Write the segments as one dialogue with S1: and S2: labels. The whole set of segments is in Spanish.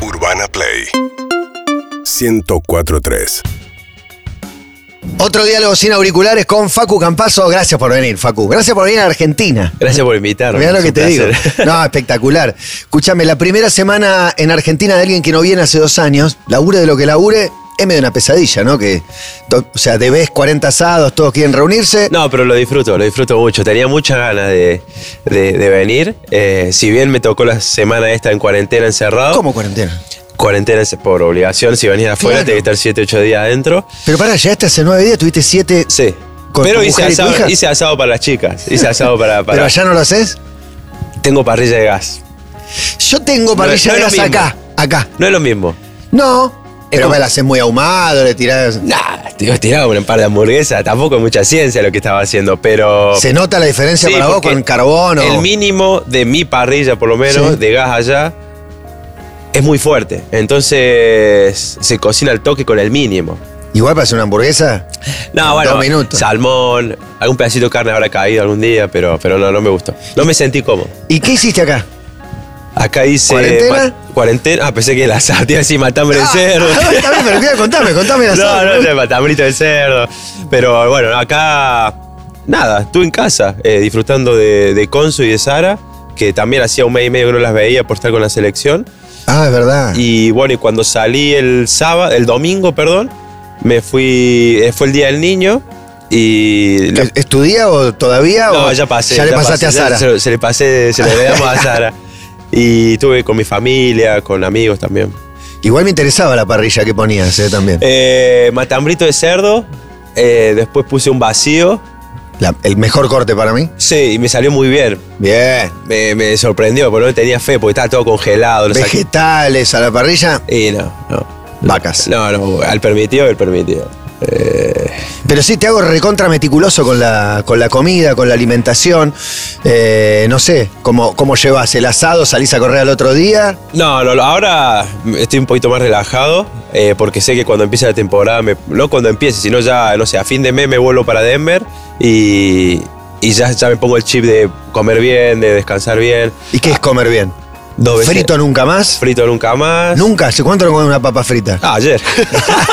S1: Urbana Play 1043.
S2: Otro diálogo sin auriculares con Facu Campazo. Gracias por venir, Facu. Gracias por venir a Argentina.
S3: Gracias por invitarme.
S2: Mirá lo
S3: es
S2: que
S3: un
S2: te digo.
S3: placer.
S2: No, espectacular. Escúchame, la primera semana en Argentina de alguien que no viene hace dos años, labure de lo que labure, es medio una pesadilla, ¿no? Que, to- o sea, te ves 40 asados, todos quieren reunirse.
S3: No, pero lo disfruto, lo disfruto mucho. Tenía muchas ganas de, de- de venir. Eh, si bien me tocó la semana esta en cuarentena encerrado.
S2: ¿Cómo cuarentena?
S3: Cuarentena es por obligación. Si venís afuera,
S2: Claro.
S3: tenés que estar 7, 8 días adentro.
S2: Pero pará, llegaste hace nueve días, tuviste siete.
S3: Sí.
S2: ¿Con
S3: pero
S2: tu
S3: hice
S2: mujer y tu
S3: asado,
S2: hija?
S3: hice asado para las chicas. Hice asado para. para-
S2: ¿Pero allá no lo haces?
S3: Tengo parrilla de gas.
S2: Yo tengo
S3: no
S2: parrilla
S3: es
S2: de
S3: lo
S2: gas
S3: mismo.
S2: acá. Acá.
S3: No es lo mismo.
S2: No. Pero
S3: como-
S2: me la haces muy ahumado, le tirás.
S3: Nah, tío, tiraba un par de hamburguesas. Tampoco es mucha ciencia lo que estaba haciendo, pero.
S2: Se nota la diferencia
S3: Sí,
S2: para vos
S3: porque
S2: con carbón o.
S3: El mínimo de mi parrilla, por lo menos,
S2: Sí.
S3: de gas allá, es muy fuerte. Entonces se cocina al toque con el mínimo.
S2: Igual para hacer una hamburguesa.
S3: No,
S2: Dos
S3: bueno,
S2: minutos.
S3: salmón, algún pedacito de carne habrá caído algún día, pero, pero no, no me gustó. No me sentí cómodo.
S2: ¿Y qué hiciste acá?
S3: Acá dice.
S2: ¿Cuarentena?
S3: ma- Cuarentena. Ah, pensé que la sartén así, matambre de
S2: Ah,
S3: cerdo.
S2: ah, está bien, pero mira, contame, contame la
S3: No,
S2: sal.
S3: no, no, matambrito de cerdo. Pero bueno, acá. Nada, estuve en casa eh, disfrutando de, de Consu y de Sara, que también hacía un mes y medio que no las veía por estar con la selección.
S2: Ah, es verdad.
S3: Y bueno, y cuando salí el sábado, el domingo, perdón, me fui. eh, Fue el día del niño y. la-
S2: ¿Estudia o todavía?
S3: no,
S2: o
S3: ya pasé.
S2: Ya le
S3: pasé,
S2: pasaste
S3: ya
S2: a Sara.
S3: Se, lo- se le pasé, se le heredamos a Sara. Y estuve con mi familia, con amigos también.
S2: Igual me interesaba la parrilla que ponías eh, también.
S3: Eh, matambrito de cerdo. eh, después puse un vacío.
S2: La- el mejor corte para mí.
S3: Sí, y me salió muy bien.
S2: Bien.
S3: Me, me sorprendió, porque no le tenía fe, porque estaba todo congelado. lo saqué.
S2: Vegetales a la parrilla.
S3: Y no, no.
S2: Vacas.
S3: No, no, al permitido, el permitido. Eh,
S2: Pero sí, te hago recontra meticuloso con la, con la comida, con la alimentación. Eh, no sé, cómo, cómo llevas el asado, salís a correr al otro día.
S3: No, no, no, ahora estoy un poquito más relajado eh, porque sé que cuando empiece la temporada, me- no cuando empiece, sino ya, no sé, a fin de mes me vuelvo para Denver y, y ya, ya me pongo el chip de comer bien, de descansar bien.
S2: ¿Y qué es comer bien?
S3: Dos veces-
S2: ¿Frito nunca más?
S3: Frito nunca más.
S2: ¿Nunca? ¿Hace cuánto no comes una papa frita?
S3: Ah, ayer.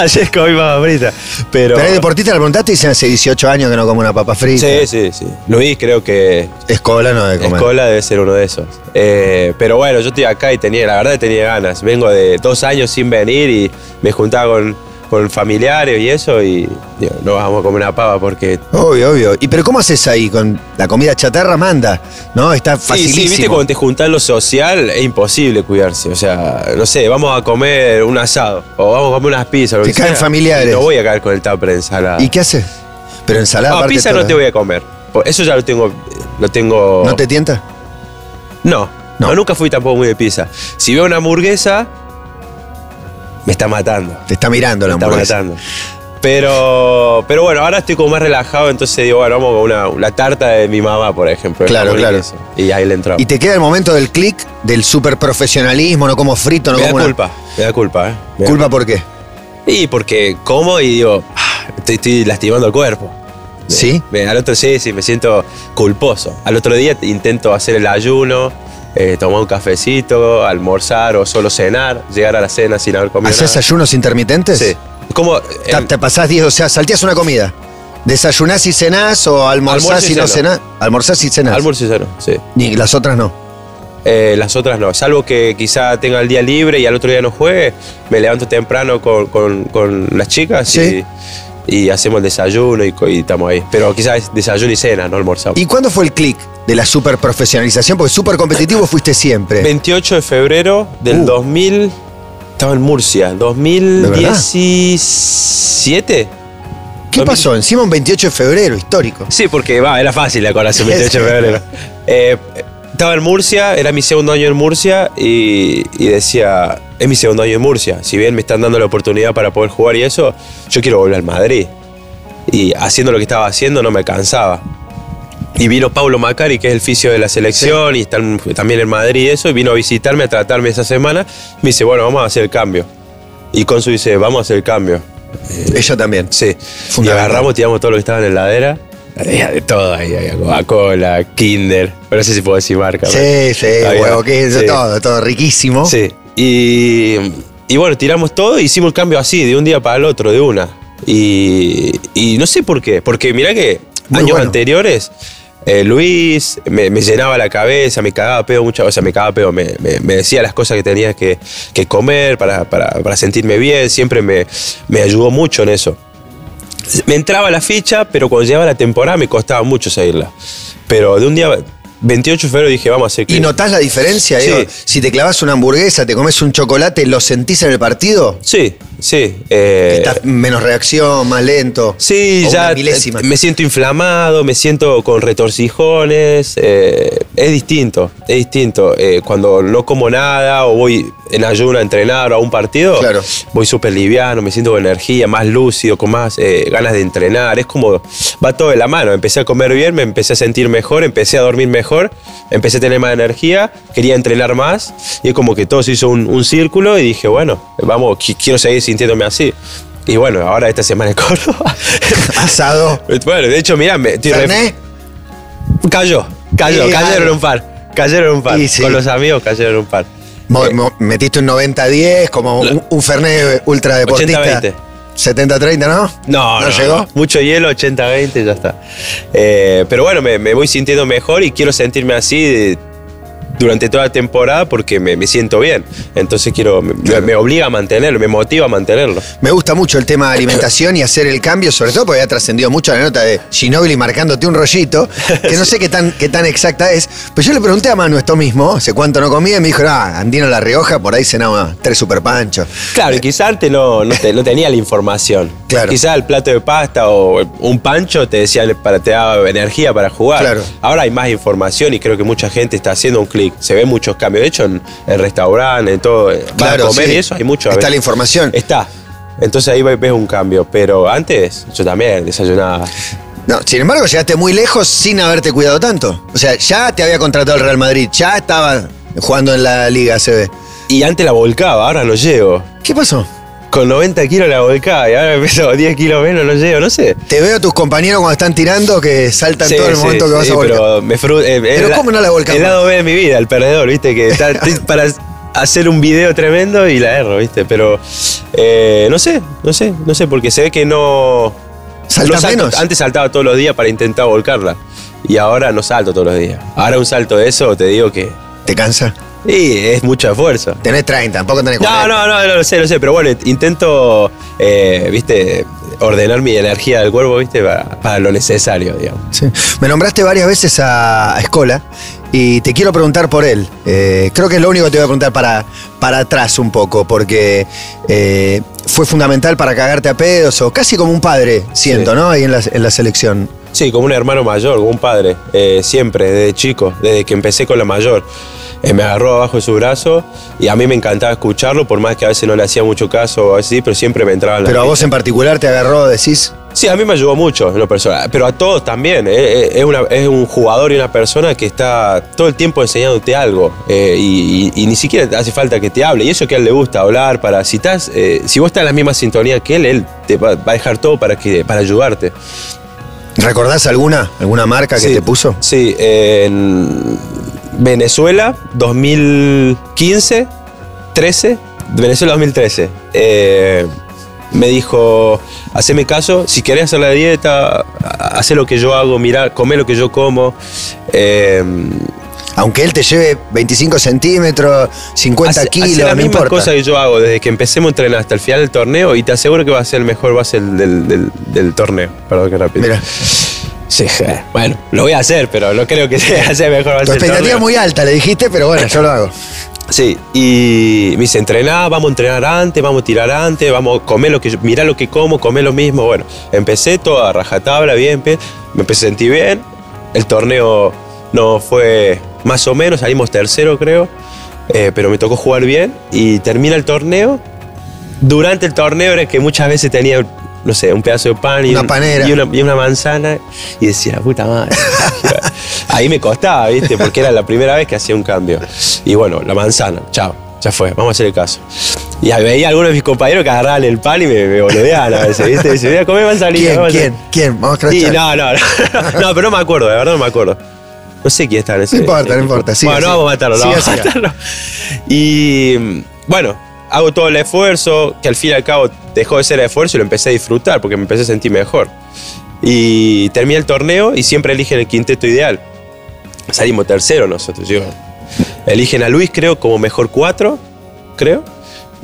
S3: ayer comí más frita. Pero.
S2: Pero hay deportistas, le preguntaste y dicen hace 18 años que no como una papa frita.
S3: sí, sí, sí. Luis creo que
S2: Escola no de comer.
S3: Escola debe ser uno de esos. Eh, pero bueno, yo estoy acá y tenía, la verdad que tenía ganas. Vengo de dos años sin venir y me juntaba con, con familiares y eso y digo, no vamos a comer una pava porque...
S2: Obvio, obvio. ¿Y pero cómo haces ahí? Con la comida chatarra manda, ¿no? Está
S3: Sí,
S2: facilísimo.
S3: sí, viste, cuando te juntás lo social es imposible cuidarse. O sea, no sé, vamos a comer un asado o vamos a comer unas pizzas. lo
S2: Te
S3: que
S2: caen
S3: sea,
S2: familiares.
S3: y No voy a caer con el tupper de ensalada.
S2: ¿Y qué haces? Pero ensalada
S3: No,
S2: aparte
S3: Ah, pizza
S2: todo, ¿eh?
S3: no te voy a comer. Por- Eso ya lo tengo... Lo tengo...
S2: ¿No te tienta?
S3: No,
S2: No.
S3: no, nunca fui tampoco muy de pizza. Si veo una hamburguesa, me está matando.
S2: Te está mirando la
S3: Me está
S2: hamburguesa.
S3: matando. Pero, pero bueno, ahora estoy como más relajado, entonces digo, bueno, vamos con una, la tarta de mi mamá, por ejemplo. de
S2: Claro,
S3: jamón y
S2: claro.
S3: queso. Y ahí le entramos.
S2: Y te queda el momento del click, del super profesionalismo, no como frito, no
S3: me da
S2: como una-
S3: culpa, me da culpa, ¿eh? Me da-
S2: ¿Culpa por qué?
S3: Y porque como y digo, "Ah, estoy, estoy lastimando el cuerpo. Me-
S2: ¿Sí?
S3: me- al otro sí, sí, me siento culposo. Al otro día intento hacer el ayuno, eh, tomar un cafecito, almorzar o solo cenar, llegar a la cena sin haber comido.
S2: ¿Haces
S3: nada.
S2: ayunos intermitentes?
S3: Sí. Como eh,
S2: Ta- Te, pasás 10, o sea, salteás una comida. ¿Desayunás y cenás o almorzás
S3: Almuerzo
S2: y,
S3: y
S2: no
S3: ceno.
S2: cenás? Almorzás y cenás.
S3: almuerzo y cena, sí.
S2: Ni las otras no.
S3: Eh, las otras no. Salvo que quizá tenga el día libre y al otro día no juegue, me levanto temprano con, con- con las chicas
S2: Sí.
S3: y, y hacemos el desayuno y, co- y estamos ahí. Pero quizás es desayuno y cena, no almorzamos.
S2: ¿Y cuándo fue el clic de la super profesionalización? Porque super competitivo fuiste siempre.
S3: 28 de febrero del
S2: Uh.
S3: 2000, estaba en Murcia, 2017.
S2: ¿Qué pasó? Encima un 28 de febrero, histórico.
S3: Sí, porque va, era fácil la colación 28 de febrero. Eh, estaba en Murcia, era mi segundo año en Murcia y, y decía, es mi segundo año en Murcia. Si bien me están dando la oportunidad para poder jugar y eso, yo quiero volver al Madrid. Y haciendo lo que estaba haciendo no me cansaba. Y vino Pablo Macari, que es el fisio de la selección, y está en- también en Madrid y eso, y vino a visitarme, a tratarme esa semana. Me dice, bueno, vamos a hacer el cambio. Y Consu dice, vamos a hacer el cambio.
S2: Ella también.
S3: Sí. Y
S2: Fundamental.
S3: agarramos, tiramos todo lo que estaba en la heladera. Había de todo ahí, había Coca-Cola, Kinder. Pero no sé si puedo decir marca.
S2: Sí, sí,
S3: Había-
S2: huevo, que
S3: sí.
S2: todo, todo riquísimo.
S3: Sí. Y, y bueno, tiramos todo y hicimos el cambio así, de un día para el otro, de una. Y, y no sé por qué, porque mirá que
S2: Muy
S3: años
S2: bueno.
S3: anteriores, eh, Luis me, me llenaba la cabeza, me cagaba pedo muchas veces, me cagaba pedo, me, me- me decía las cosas que tenía que, que comer para, para- para sentirme bien, siempre me, me ayudó mucho en eso. Me entraba la ficha, pero cuando llegaba la temporada me costaba mucho seguirla. Pero de un día, 28 de febrero, dije, vamos a hacer
S2: ¿Y
S3: que-
S2: notás la diferencia?
S3: Sí.
S2: Digo, si te clavas una hamburguesa, te comes un chocolate, ¿lo sentís en el partido?
S3: Sí, sí. eh,
S2: Estás menos reacción, más lento.
S3: Sí,
S2: O
S3: ya
S2: Una milésima.
S3: t- me siento inflamado, me siento con retorcijones. eh, es distinto, es distinto. Eh, cuando no como nada o voy en ayuno a entrenar o a un partido,
S2: Claro.
S3: voy súper liviano, me siento con energía, más lúcido, con más eh, ganas de entrenar. Es como, va todo de la mano. Empecé a comer bien, me empecé a sentir mejor, empecé a dormir mejor, empecé a tener más energía, quería entrenar más. Y es como que todo se hizo un, un círculo y dije, bueno, vamos, qui- quiero seguir sintiéndome así. Y bueno, ahora esta semana en Córdoba.
S2: Asado.
S3: bueno, de hecho, mirá, me estoy re-
S2: Fernet.
S3: cayó, cayó,
S2: Sí,
S3: cayeron
S2: algo.
S3: un par. Cayeron un par.
S2: Y sí.
S3: Con los amigos cayeron un par.
S2: Mo-
S3: Eh,
S2: mo- metiste un 90-10, como un, un Fernet ultra deportista.
S3: 80-20.
S2: 70-30, ¿no?
S3: No, no,
S2: llegó?
S3: Mucho hielo, 80-20, ya está. Eh, pero bueno, me, me voy sintiendo mejor y quiero sentirme así de- durante toda la temporada porque me, me siento bien. Entonces quiero, me, me obliga a mantenerlo, me motiva a mantenerlo.
S2: Me gusta mucho el tema de alimentación y hacer el cambio, sobre todo porque ha trascendido mucho la nota de Ginobili marcándote un rollito, que no sé qué tan, qué tan exacta es. Pero yo le pregunté a Manu esto mismo, hace cuánto no comía, y me dijo, ah, Andino La Rioja, por ahí cenaba tres superpanchos.
S3: Claro, y quizá antes no, no, te- no tenía la información.
S2: Claro.
S3: Quizá el plato de pasta o un pancho te decía para te daba energía para jugar.
S2: Claro.
S3: Ahora hay más información y creo que mucha gente está haciendo un clic. Se ven muchos cambios. De hecho, en, en restaurantes, en todo, eh, van a
S2: Claro,
S3: comer
S2: sí.
S3: y eso hay mucho. a
S2: Está
S3: ver.
S2: la información.
S3: Está. Entonces ahí ves un cambio. Pero antes, yo también desayunaba.
S2: No, sin embargo, llegaste muy lejos sin haberte cuidado tanto. O sea, ya te había contratado el Real Madrid, ya estaba jugando en la Liga CB.
S3: Y antes la volcaba, ahora no llego.
S2: ¿Qué pasó?
S3: Con 90 kilos la volcaba y ahora empezó 10 kilos menos, no llego, no sé.
S2: Te veo a tus compañeros cuando están tirando que saltan todo el
S3: Sí,
S2: momento
S3: sí,
S2: que vas
S3: sí,
S2: a volcar.
S3: Pero, me fru- eh,
S2: Pero
S3: el la-
S2: ¿cómo no la volcamos?
S3: El lado B de mi vida, el perdedor, ¿viste? Que está estoy para hacer un video tremendo y la erro, ¿viste? Pero eh, no sé, no sé, no sé, porque se ve que no.
S2: ¿Saltas
S3: no salto.
S2: menos?
S3: Antes saltaba todos los días para intentar volcarla. Y ahora no salto todos los días. Ahora un salto de eso, te digo que.
S2: ¿Te cansa?
S3: Y es mucho esfuerzo.
S2: Tenés 30, tampoco tenés 40.
S3: No, no, no, no, lo sé, lo sé, pero bueno, intento, eh, viste, ordenar mi energía del cuerpo, viste, para, para lo necesario, digamos.
S2: Sí. Me nombraste varias veces a Escola y te quiero preguntar por él. Eh, creo que es lo único que te voy a preguntar para, para atrás un poco, porque eh, fue fundamental para cagarte a pedos o casi como un padre, siento,
S3: Sí.
S2: ¿no? Ahí en la, en la selección.
S3: Sí, como un hermano mayor, como un padre, eh, siempre, desde chico, desde que empecé con la mayor. Eh, me agarró abajo de su brazo y a mí me encantaba escucharlo, por más que a veces no le hacía mucho caso o así, pero siempre me entraba en la
S2: Pero a vos en particular te agarró, decís.
S3: Sí, a mí me ayudó mucho en lo personal, pero a todos también. Eh, eh, Es, una- es un jugador y una persona que está todo el tiempo enseñándote algo eh, y, y- y ni siquiera te hace falta que te hable. Y eso que a él le gusta hablar, para si, estás, eh, si vos estás en la misma sintonía que él, él te va, va a dejar todo para, que, para ayudarte.
S2: ¿Recordás alguna? ¿Alguna marca que
S3: Sí,
S2: te puso?
S3: Sí, eh, en Venezuela 2015, 13, Venezuela 2013. eh, me dijo, haceme caso, si querés hacer la dieta, ha- hace lo que yo hago, mirá, come lo que yo como. eh,
S2: Aunque él te lleve 25 centímetros, 50
S3: hace- hace
S2: kilos,
S3: la
S2: no
S3: misma
S2: importa.
S3: cosa que yo hago desde que empecemos a entrenar hasta el final del torneo y te aseguro que va a ser el mejor base del, del- del- del torneo. Perdón que rápido.
S2: Mira,
S3: Sí, bueno, lo voy a hacer, pero no creo que sea sea mejor base
S2: tu
S3: del
S2: expectativa
S3: torneo.
S2: es muy alta, le dijiste, pero bueno, yo lo hago.
S3: Sí, y me dice, entrená, vamos a entrenar antes, vamos a tirar antes, vamos a comer lo que yo, mirá lo que como, comer lo mismo. Bueno, empecé todo a rajatabla, bien, bien, me empecé a sentir bien. El torneo no fue más o menos, salimos tercero creo, eh, pero me tocó jugar bien y termina el torneo. Durante el torneo era que muchas veces tenía, no sé, un pedazo de pan y,
S2: Una
S3: un-
S2: panera.
S3: y una, y una manzana y decía, puta madre. Ahí me costaba, ¿viste? Porque era la primera vez que hacía un cambio. Y bueno, la manzana, chao, ya fue, vamos a hacer el caso. Y ahí veía a algunos de mis compañeros que agarraban el pan y me, me boludeaban a veces, ¿viste? Dice, voy a comer manzanilla.
S2: ¿Quién?
S3: vamos a hacer-".
S2: ¿Quién? ¿Quién? Vamos a
S3: Sí,
S2: crachar.
S3: no, no, no, no, pero no me acuerdo, de verdad no me acuerdo. No sé quién está en ese.
S2: No importa, no importa, siga,
S3: bueno, no
S2: siga.
S3: vamos a matarlo, no
S2: Siga,
S3: vamos a
S2: siga.
S3: matarlo. Y mm, bueno, hago todo el esfuerzo, que al fin y al cabo dejó de ser esfuerzo y lo empecé a disfrutar porque me empecé a sentir mejor. Y terminé el torneo y siempre eligen el quinteto ideal. Salimos tercero nosotros. yo- eligen a Luis, creo, como mejor cuatro, creo,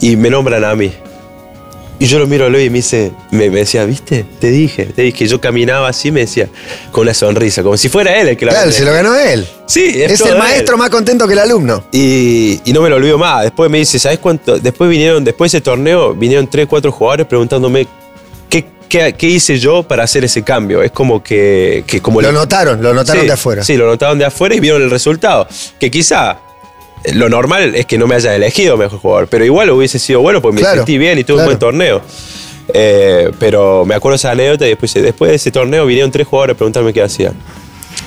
S3: y me nombran a mí. Y yo lo miro a Luis y me dice, me, me decía, ¿viste? Te dije, te dije. Yo caminaba así, me decía, con una sonrisa, como si fuera él el que lo
S2: Claro,
S3: había-
S2: se lo ganó él.
S3: Sí,
S2: Es,
S3: todo
S2: el
S3: él.
S2: maestro más contento que el alumno.
S3: Y, y no me lo olvido más. Después me dice, ¿sabes cuánto? Después vinieron, después de ese torneo, vinieron tres, cuatro jugadores preguntándome qué, qué- qué hice yo para hacer ese cambio. Es como que. que como
S2: Lo
S3: le-
S2: notaron, lo notaron
S3: Sí,
S2: de afuera.
S3: Sí, lo notaron de afuera y vieron el resultado. Que quizá eh, lo normal es que no me haya elegido mejor jugador, pero igual hubiese sido bueno porque me
S2: Claro,
S3: sentí bien y tuve
S2: claro.
S3: un buen torneo. Eh, pero me acuerdo esa anécdota y después, después de ese torneo vinieron tres jugadores a preguntarme qué hacía.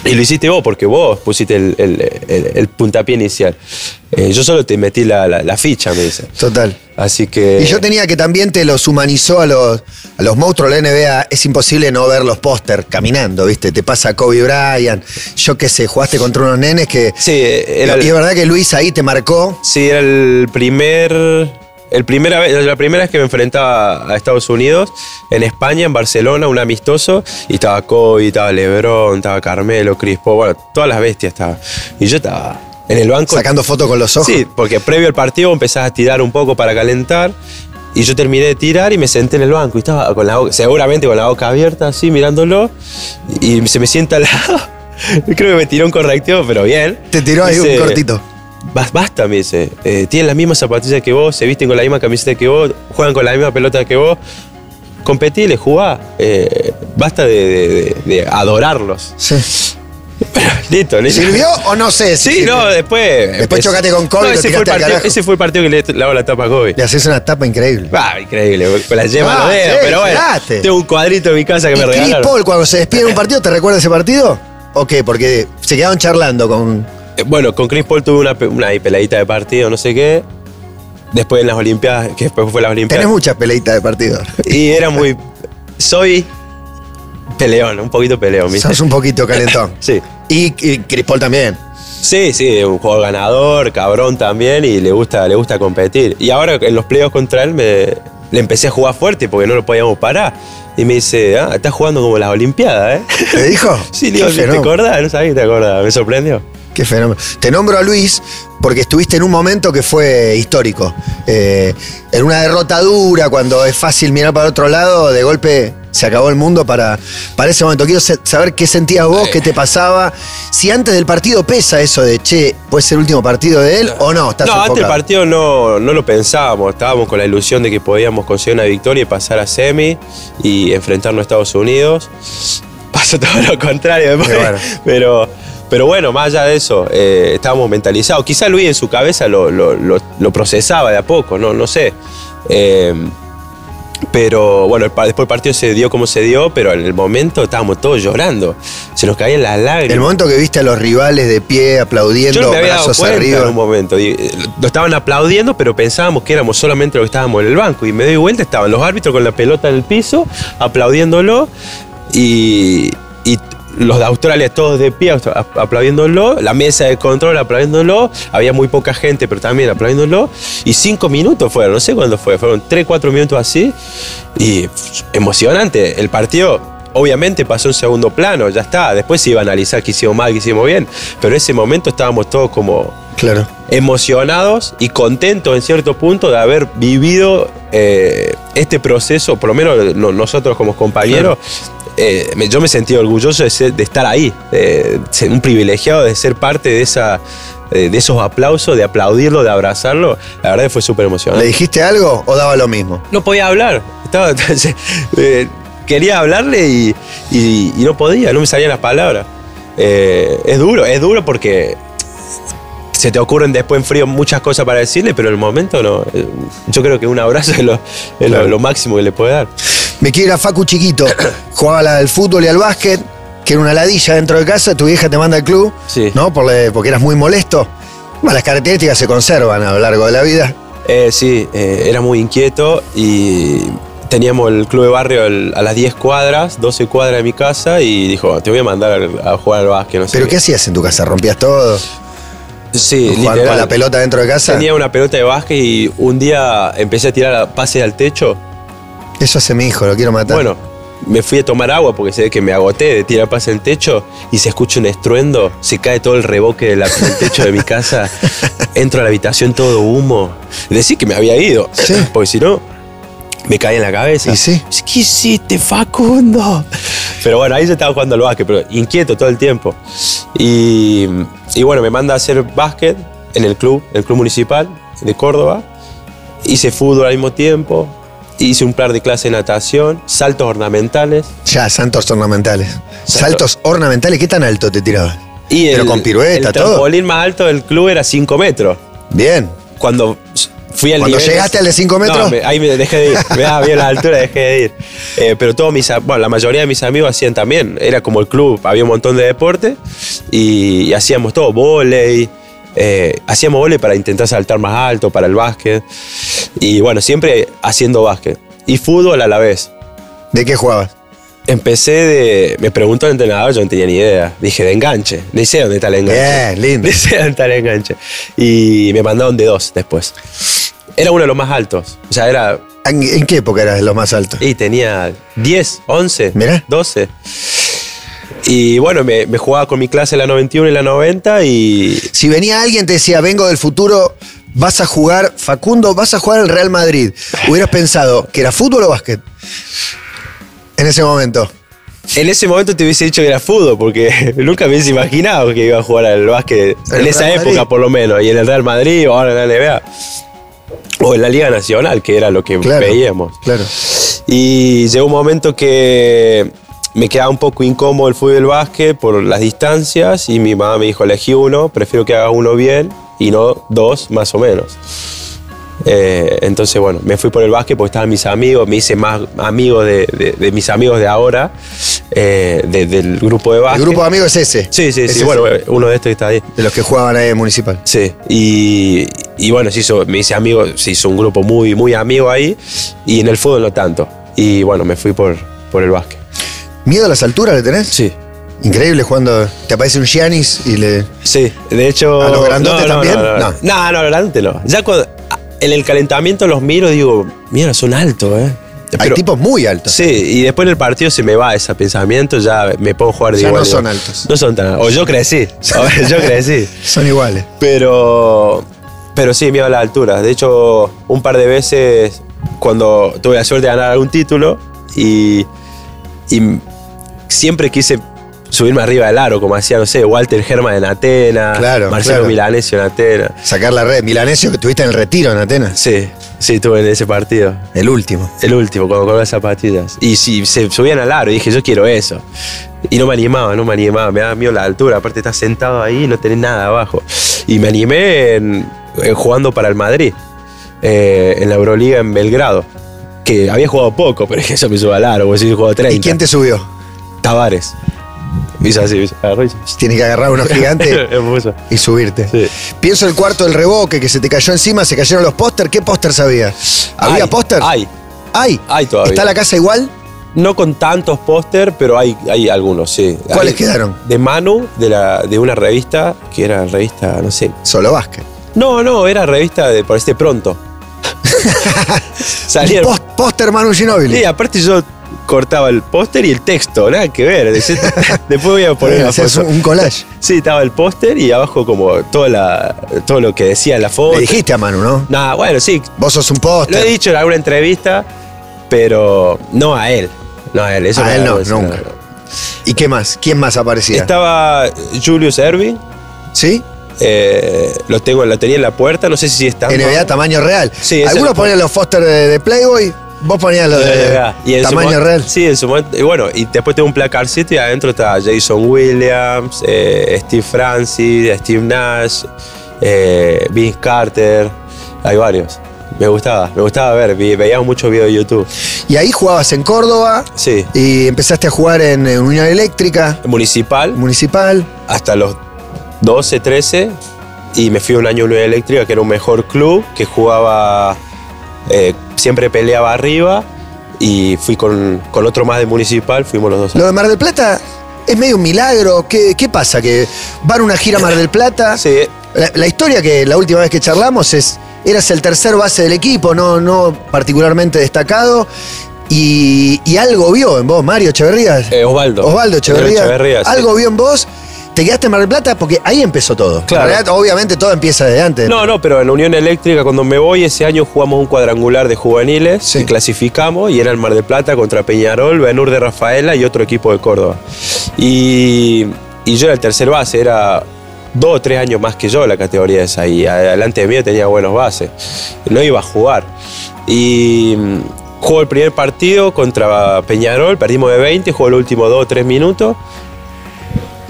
S3: Y lo hiciste vos, porque vos pusiste el, el- el- el puntapié inicial. Eh, yo solo te metí la, la- la ficha, me dice.
S2: Total.
S3: Así que.
S2: Y yo tenía que también te los humanizó a los, a los monstruos de la NBA. Es imposible no ver los póster caminando, ¿viste? Te pasa Kobe Bryant. Yo qué sé, jugaste contra unos nenes que.
S3: Sí, era,
S2: y es verdad que Luis ahí te marcó.
S3: Sí, era el primer. El primera vez, la primera vez que me enfrentaba a Estados Unidos, en España, en Barcelona, un amistoso, y estaba Kobe, estaba Lebron, estaba Carmelo, Crispo, bueno, todas las bestias estaba. Y yo estaba en el banco.
S2: Sacando fotos con los ojos.
S3: Sí, porque previo al partido empezás a tirar un poco para calentar. Y yo terminé de tirar y me senté en el banco. Y estaba con la boca- seguramente con la boca abierta, así, mirándolo. Y se me sienta al lado. Creo que me tiró un correctivo, pero bien.
S2: Te tiró ahí un
S3: Dice,
S2: cortito.
S3: "Bas- Basta, me dice. eh, tienen las mismas zapatillas que vos, se visten con la misma camiseta que vos, juegan con la misma pelota que vos. Competile, jugá. eh, basta de, de- de- de adorarlos.
S2: Sí.
S3: Listo, listo.
S2: ¿Sirvió o no sé? si
S3: Sí,
S2: sirvió?
S3: no, después.
S2: Después chocaste con Kobe y lo
S3: ese, fue el
S2: tiraste al
S3: partido,
S2: carajo.
S3: ese fue el partido que le le hago la tapa a Kobe.
S2: Le haces una tapa increíble.
S3: Ah, increíble, con la yema
S2: Ah,
S3: a los dedos,
S2: sí,
S3: pero bueno.
S2: llegaste.
S3: Tengo un cuadrito en mi casa que
S2: ¿Y
S3: me
S2: Chris
S3: regalaron.
S2: Paul cuando se despide de un partido, te recuerda ese partido? ¿O qué? Porque se quedaron charlando con.
S3: Eh, Bueno, con Chris Paul tuve una, pe- una ahí peladita de partido, no sé qué. Después en las Olimpiadas, que después fue las
S2: Tenés
S3: Olimpiadas.
S2: muchas peleitas de partido.
S3: Y era muy. Soy peleón, un poquito peleón, ¿viste?
S2: Sos un poquito calentón.
S3: Sí.
S2: Y, y Chris Paul también.
S3: Sí, sí, un jugador ganador, cabrón también, y le gusta, le gusta competir. Y ahora en los playoffs contra él me, le empecé a jugar fuerte porque no lo podíamos parar. Y me dice, ah, estás jugando como las Olimpiadas, ¿eh?
S2: ¿Te dijo?
S3: Sí, le digo,
S2: Qué
S3: ¿te
S2: fenómeno.
S3: acordás? No sabía que te acordás, me sorprendió.
S2: Qué fenómeno. Te nombro a Luis porque estuviste en un momento que fue histórico. Eh, en una derrota dura, cuando es fácil mirar para otro lado, de golpe se acabó el mundo para, para ese momento. Quiero se- saber qué sentías vos, qué te pasaba. Si antes del partido pesa eso de, che, puede ser el último partido de él o no. Estás
S3: no, antes del
S2: enfocado.
S3: partido no, no lo pensábamos, estábamos con la ilusión de que podíamos conseguir una victoria y pasar a semi y enfrentarnos a Estados Unidos. Pasó todo lo contrario después,
S2: Qué bueno.
S3: Pero, pero bueno, más allá de eso, eh, estábamos mentalizados. Quizá Luis en su cabeza lo, lo- lo- lo procesaba de a poco, no, no sé. Eh, pero bueno, el pa- después el partido se dio como se dio, pero en el momento estábamos todos llorando. Se nos caían las lágrimas.
S2: El momento que viste a los rivales de pie aplaudiendo,
S3: Yo no me había dado
S2: brazos
S3: cuenta en
S2: arriba.
S3: un momento. Y, eh, Lo estaban aplaudiendo, pero pensábamos que éramos solamente los que estábamos en el banco. Y me doy vuelta, estaban los árbitros con la pelota en el piso, aplaudiéndolo. Y, y los de Australia todos de pie aust- ap- aplaudiéndolo. La mesa de control aplaudiéndolo. Había muy poca gente, pero también aplaudiéndolo. Y cinco minutos fueron, no sé cuándo fue. Fueron tres, cuatro minutos así. Y pff, emocionante. El partido obviamente pasó en segundo plano, ya está. Después se iba a analizar que hicimos mal, que hicimos bien. Pero en ese momento estábamos todos como
S2: Claro.
S3: ¿Eh? emocionados y contentos en cierto punto de haber vivido eh, este proceso, por lo menos no- nosotros como compañeros. eh, me- yo me sentí orgulloso de, ser- de estar ahí, eh, ser un privilegiado de ser parte de, esa, eh, de esos aplausos, de aplaudirlo, de abrazarlo. La verdad que fue súper emocionante.
S2: ¿Le dijiste algo o daba lo mismo?
S3: No podía hablar. Estaba, eh, quería hablarle y, y- y no podía, no me salían las palabras. Eh, es duro, es duro porque se te ocurren después en frío muchas cosas para decirle, pero en el momento no. Eh, Yo creo que un abrazo es lo, es lo-
S2: Claro.
S3: lo máximo que le puede dar.
S2: Me quiero ir a Facu chiquito. Jugaba la- al fútbol y al básquet, que era una ladilla dentro de casa, tu vieja te manda al club,
S3: Sí.
S2: ¿no? Por la- porque eras muy molesto. Bueno, las características se conservan a lo largo de la vida.
S3: Eh, sí, eh, era muy inquieto y teníamos el club de barrio el- a las 10 cuadras, 12 cuadras de mi casa y dijo, te voy a mandar al- a, jugar al básquet. No sé
S2: Pero
S3: qué".
S2: ¿qué hacías en tu casa? ¿Rompías todo?
S3: Sí,
S2: Jugar
S3: literal.
S2: con la pelota dentro de casa.
S3: Tenía una pelota de básquet y un día empecé a tirar pases al techo.
S2: Eso hace mi hijo, lo quiero matar.
S3: Bueno, me fui a tomar agua porque se ve que me agoté de tirar pase al techo y se escucha un estruendo, se cae todo el reboque de la- del techo de mi casa, entro a la habitación todo humo. Decir que me había ido,
S2: Sí.
S3: porque si no, me cae en la cabeza.
S2: Y sí.
S3: ¿Qué hiciste, Facundo? Pero bueno, ahí yo estaba jugando al básquet, pero inquieto todo el tiempo. Y, y bueno, me manda a hacer básquet en el club, el club municipal de Córdoba. Hice fútbol al mismo tiempo. Hice un par de clases de natación, saltos ornamentales.
S2: Ya, santos ornamentales. Saltos ornamentales, ¿qué tan alto te tirabas?
S3: Y
S2: Pero
S3: el,
S2: con pirueta,
S3: el
S2: todo.
S3: trampolín más alto del club era 5 metros.
S2: Bien.
S3: Cuando fui al
S2: Cuando
S3: nivel-
S2: llegaste al de 5 metros.
S3: No, me- ahí me dejé de ir. Me daba bien la altura, dejé de ir. Eh, pero todos mis, a- bueno, la mayoría de mis amigos hacían también. Era como el club, había un montón de deporte y, y hacíamos todo, volei. eh, hacíamos volei para intentar saltar más alto, para el básquet. Y bueno, siempre haciendo básquet. Y fútbol a la vez.
S2: ¿De qué jugabas?
S3: Empecé de. Me preguntó el entrenador, yo no tenía ni idea. Dije, de enganche. Ni sé dónde está el enganche.
S2: Bien, lindo.
S3: Ni sé dónde está el enganche. Y me mandaron de dos después. Era uno de los más altos. O sea, era.
S2: ¿En, en qué época eras de los más altos?
S3: Y tenía 10, 11,
S2: Mirá.
S3: 12. Y bueno, me, me jugaba con mi clase la 91 y la 90 y.
S2: Si venía alguien te decía, vengo del futuro, vas a jugar, Facundo, vas a jugar al Real Madrid, hubieras pensado que era fútbol o básquet. En ese momento.
S3: En ese momento te hubiese dicho que era fútbol, porque nunca me hubiese imaginado que iba a jugar al básquet
S2: En el
S3: en esa
S2: Real
S3: época,
S2: Madrid.
S3: por lo menos, y en el Real Madrid o ahora en la NBA. O en la Liga Nacional, que era lo que
S2: Claro.
S3: veíamos.
S2: Claro.
S3: Y llegó un momento que me quedaba un poco incómodo el fútbol y el básquet por las distancias y mi mamá me dijo, elegí uno, prefiero que haga uno bien y no dos más o menos. Eh, entonces, bueno, me fui por el básquet porque estaban mis amigos, me hice más amigo de, de- de mis amigos de ahora, eh, de- del grupo de
S2: El
S3: básquet.
S2: grupo de amigos es ese.
S3: Sí, sí,
S2: Es
S3: sí,
S2: ese.
S3: bueno, uno de estos que está ahí.
S2: De los que jugaban ahí en Municipal.
S3: Sí, y, y bueno, se hizo, me hice amigo, se hizo un grupo muy, muy amigo ahí, y en el fútbol no tanto. Y bueno, me fui por, por el básquet.
S2: ¿Miedo a las alturas le tenés?
S3: Sí.
S2: Increíble cuando te aparece un Giannis y le.
S3: Sí, de hecho.
S2: ¿A los grandotes también?
S3: No, no,
S2: No.
S3: no, no, grandote no. Ya cuando, en el calentamiento los miro, digo, mira, son altos, ¿eh?
S2: Hay
S3: Pero-
S2: tipos muy altos.
S3: Sí, y después en el partido se me va ese pensamiento, ya me puedo jugar de
S2: Ya no
S3: igual a
S2: son
S3: igual.
S2: altos.
S3: No son tan altos. O yo crecí. o yo crecí.
S2: Son iguales.
S3: Pero, pero sí, miedo a la altura. De hecho, un par de veces cuando tuve la suerte de ganar algún título y, y siempre quise subirme arriba del aro, como hacía, no sé, Walter Germán en Atenas,
S2: Claro,
S3: Marcelo
S2: claro.
S3: Milanesio en Atenas.
S2: Sacar la red. Milanesio que tuviste en el retiro en Atenas.
S3: Sí, sí, tuve en ese partido.
S2: El último.
S3: El último, cuando con las zapatillas. Y si se subían al aro, y dije, yo quiero eso. Y no me animaba, no me animaba, me daba miedo la altura. Aparte, estás sentado ahí y no tenés nada abajo. Y me animé en- en jugando para el Madrid, eh, en la Euroliga en Belgrado. Que había jugado poco, pero es que eso me suba al aro, porque si yo juego 30.
S2: ¿Y quién te subió?
S3: Tavares. Me hizo así, me hizo- agarró y-
S2: Tienes que agarrar unos gigantes
S3: me puso.
S2: y subirte.
S3: Sí.
S2: Pienso el cuarto del reboque que se te cayó encima, se cayeron los póster. ¿Qué póster sabía? ¿Había
S3: Hay,
S2: póster?
S3: Hay.
S2: Hay.
S3: Hay todavía.
S2: ¿Está la casa igual?
S3: No con tantos póster, pero hay, hay algunos, sí.
S2: ¿Cuáles
S3: Hay-
S2: quedaron?
S3: De Manu, de, la, de una revista, que era revista, no sé.
S2: Solo básquet.
S3: No, no, era revista de por este pronto. Salieron.
S2: Post- Póster Manu Ginóbili.
S3: Y aparte yo cortaba el póster y el texto, nada que ver. Decía- Después voy a poner la
S2: Eh, Hacías
S3: foto.
S2: un collage.
S3: Sí, estaba el póster y abajo como toda la, todo lo que decía la foto.
S2: Le dijiste a Manu, ¿no?
S3: Nada, bueno, sí,
S2: Vos sos un
S3: lo he
S2: póster.
S3: dicho en alguna entrevista, pero no a él. No a él, eso
S2: A
S3: me da
S2: él no,
S3: vergüenza.
S2: nunca. ¿Y qué más? ¿Quién más aparecía?
S3: Estaba Julius Erving,
S2: ¿Sí?
S3: eh, lo tengo, lo tenía en la puerta, no sé si está.
S2: NBA tamaño real.
S3: Sí, ese
S2: Algunos
S3: lo-
S2: ponían los póster de, de Playboy, vos ponías los de,
S3: en su
S2: tamaño
S3: mo-
S2: real.
S3: Sí, en su momento. Y bueno, y después tengo un placarcito y adentro está Jason Williams, eh, Steve Francis, Steve Nash, eh, Vince Carter. Hay varios. Me gustaba, me gustaba ver, vi- veíamos muchos videos de YouTube.
S2: Y ahí jugabas en Córdoba
S3: Sí,
S2: y empezaste a jugar en, eh, Unión Eléctrica,
S3: municipal
S2: Municipal.
S3: hasta los 12, 13 y me fui a un año a Unión Eléctrica, que era un mejor club, que jugaba, eh, siempre peleaba arriba y fui con, con otro más de municipal, fuimos los dos.
S2: Lo de Mar del Plata es medio un milagro. ¿Qué, qué pasa? Que van a una gira a Mar del Plata,
S3: Sí,
S2: La, la historia que la última vez que charlamos es, eras el tercer base del equipo, no, no particularmente destacado, y, y algo vio en vos, Mario Echeverría.
S3: Eh, Osvaldo.
S2: Osvaldo Echeverría.
S3: Osvaldo Echeverría, sí.
S2: Algo vio en vos. Te quedaste en Mar del Plata porque ahí empezó todo. En
S3: Claro.
S2: realidad, obviamente todo empieza desde antes.
S3: No, no, pero en Unión Eléctrica cuando me voy ese año jugamos un cuadrangular de juveniles
S2: Sí.
S3: y clasificamos y era el Mar del Plata contra Peñarol, Benur de Rafaela y otro equipo de Córdoba. Y, y yo era el tercer base, era dos o tres años más que yo la categoría esa y adelante de mí tenía buenos bases. No iba a jugar. Y mm, jugó el primer partido contra Peñarol, perdimos de 20, jugó el último dos o tres minutos.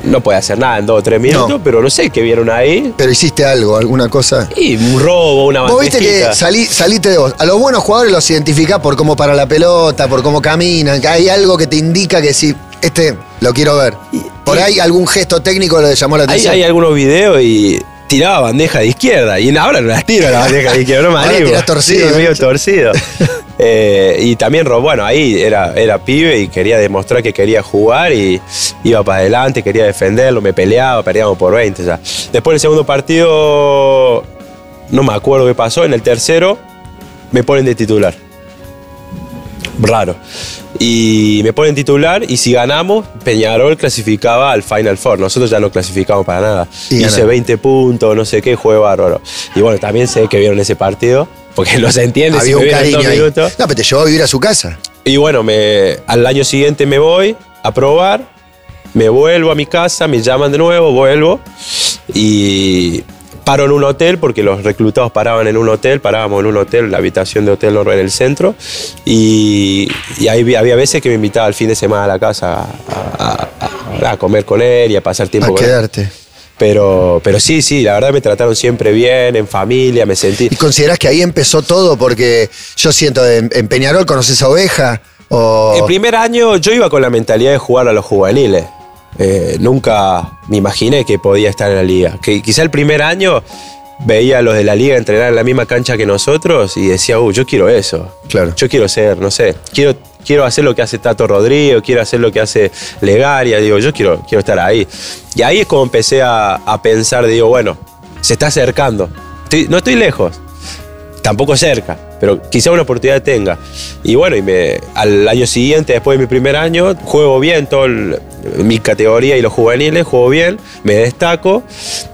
S3: No puede hacer nada en dos o tres minutos, pero no sé qué vieron ahí.
S2: Pero hiciste algo, alguna cosa.
S3: Y un robo, una
S2: Vos viste
S3: bandejita.
S2: que salí, saliste de vos. A los buenos jugadores los identificás por cómo para la pelota, por cómo caminan, que hay algo que te indica que si este lo quiero ver. Por ahí algún gesto técnico le llamó la
S3: Hay,
S2: atención.
S3: hay algunos videos y tiraba bandeja de izquierda. Y ahora no las tiro la bandeja de izquierda, no me
S2: Ahora
S3: animo.
S2: tirás torcido,
S3: Sí,
S2: de
S3: medio
S2: derecha.
S3: torcido. Eh, y también, Ro- bueno, ahí era, era pibe y quería demostrar que quería jugar y iba para adelante, quería defenderlo, me peleaba, peleábamos por 20 ya. Después del segundo partido, no me acuerdo qué pasó, en el tercero me ponen de titular. Raro. Y me ponen titular y si ganamos, Peñarol clasificaba al Final Four. Nosotros ya no clasificamos para nada.
S2: Y
S3: Hice
S2: ganaron.
S3: 20 puntos, no sé qué, juego bárbaro. Y bueno, también sé que vieron ese partido, porque no se entiende si
S2: Había
S3: me
S2: un
S3: vieron
S2: cariño
S3: dos
S2: ahí.
S3: minutos.
S2: No, pero te llevó a vivir a su casa.
S3: Y bueno, me, al año siguiente me voy a probar, me vuelvo a mi casa, me llaman de nuevo, vuelvo y paro en un hotel porque los reclutados paraban en un hotel, parábamos en un hotel, la habitación de hotel en el centro y, y ahí vi- había veces que me invitaba al fin de semana a la casa a, a- a- a comer con él y a pasar tiempo
S2: A
S3: con él.
S2: quedarte.
S3: Pero, pero sí, sí, la verdad me trataron siempre bien, en familia, me sentí...
S2: ¿Y considerás que ahí empezó todo? Porque yo siento, en, en Peñarol conoces a Oveja o...
S3: El primer año yo iba con la mentalidad de jugar a los juveniles. Eh, nunca me imaginé que podía estar en la liga. Que quizá el primer año veía a los de la liga entrenar en la misma cancha que nosotros y decía, uh, yo quiero eso.
S2: Claro.
S3: Yo quiero ser, no sé, quiero, quiero hacer lo que hace Tato Rodríguez, quiero hacer lo que hace Legaria, digo, yo quiero, quiero estar ahí. Y ahí es como empecé a, a pensar, digo, bueno, se está acercando. Estoy- no estoy lejos, tampoco cerca, pero quizá una oportunidad tenga. Y bueno, y me, al año siguiente, después de mi primer año, juego bien, todo el- mi categoría y los juveniles, juego bien, me destaco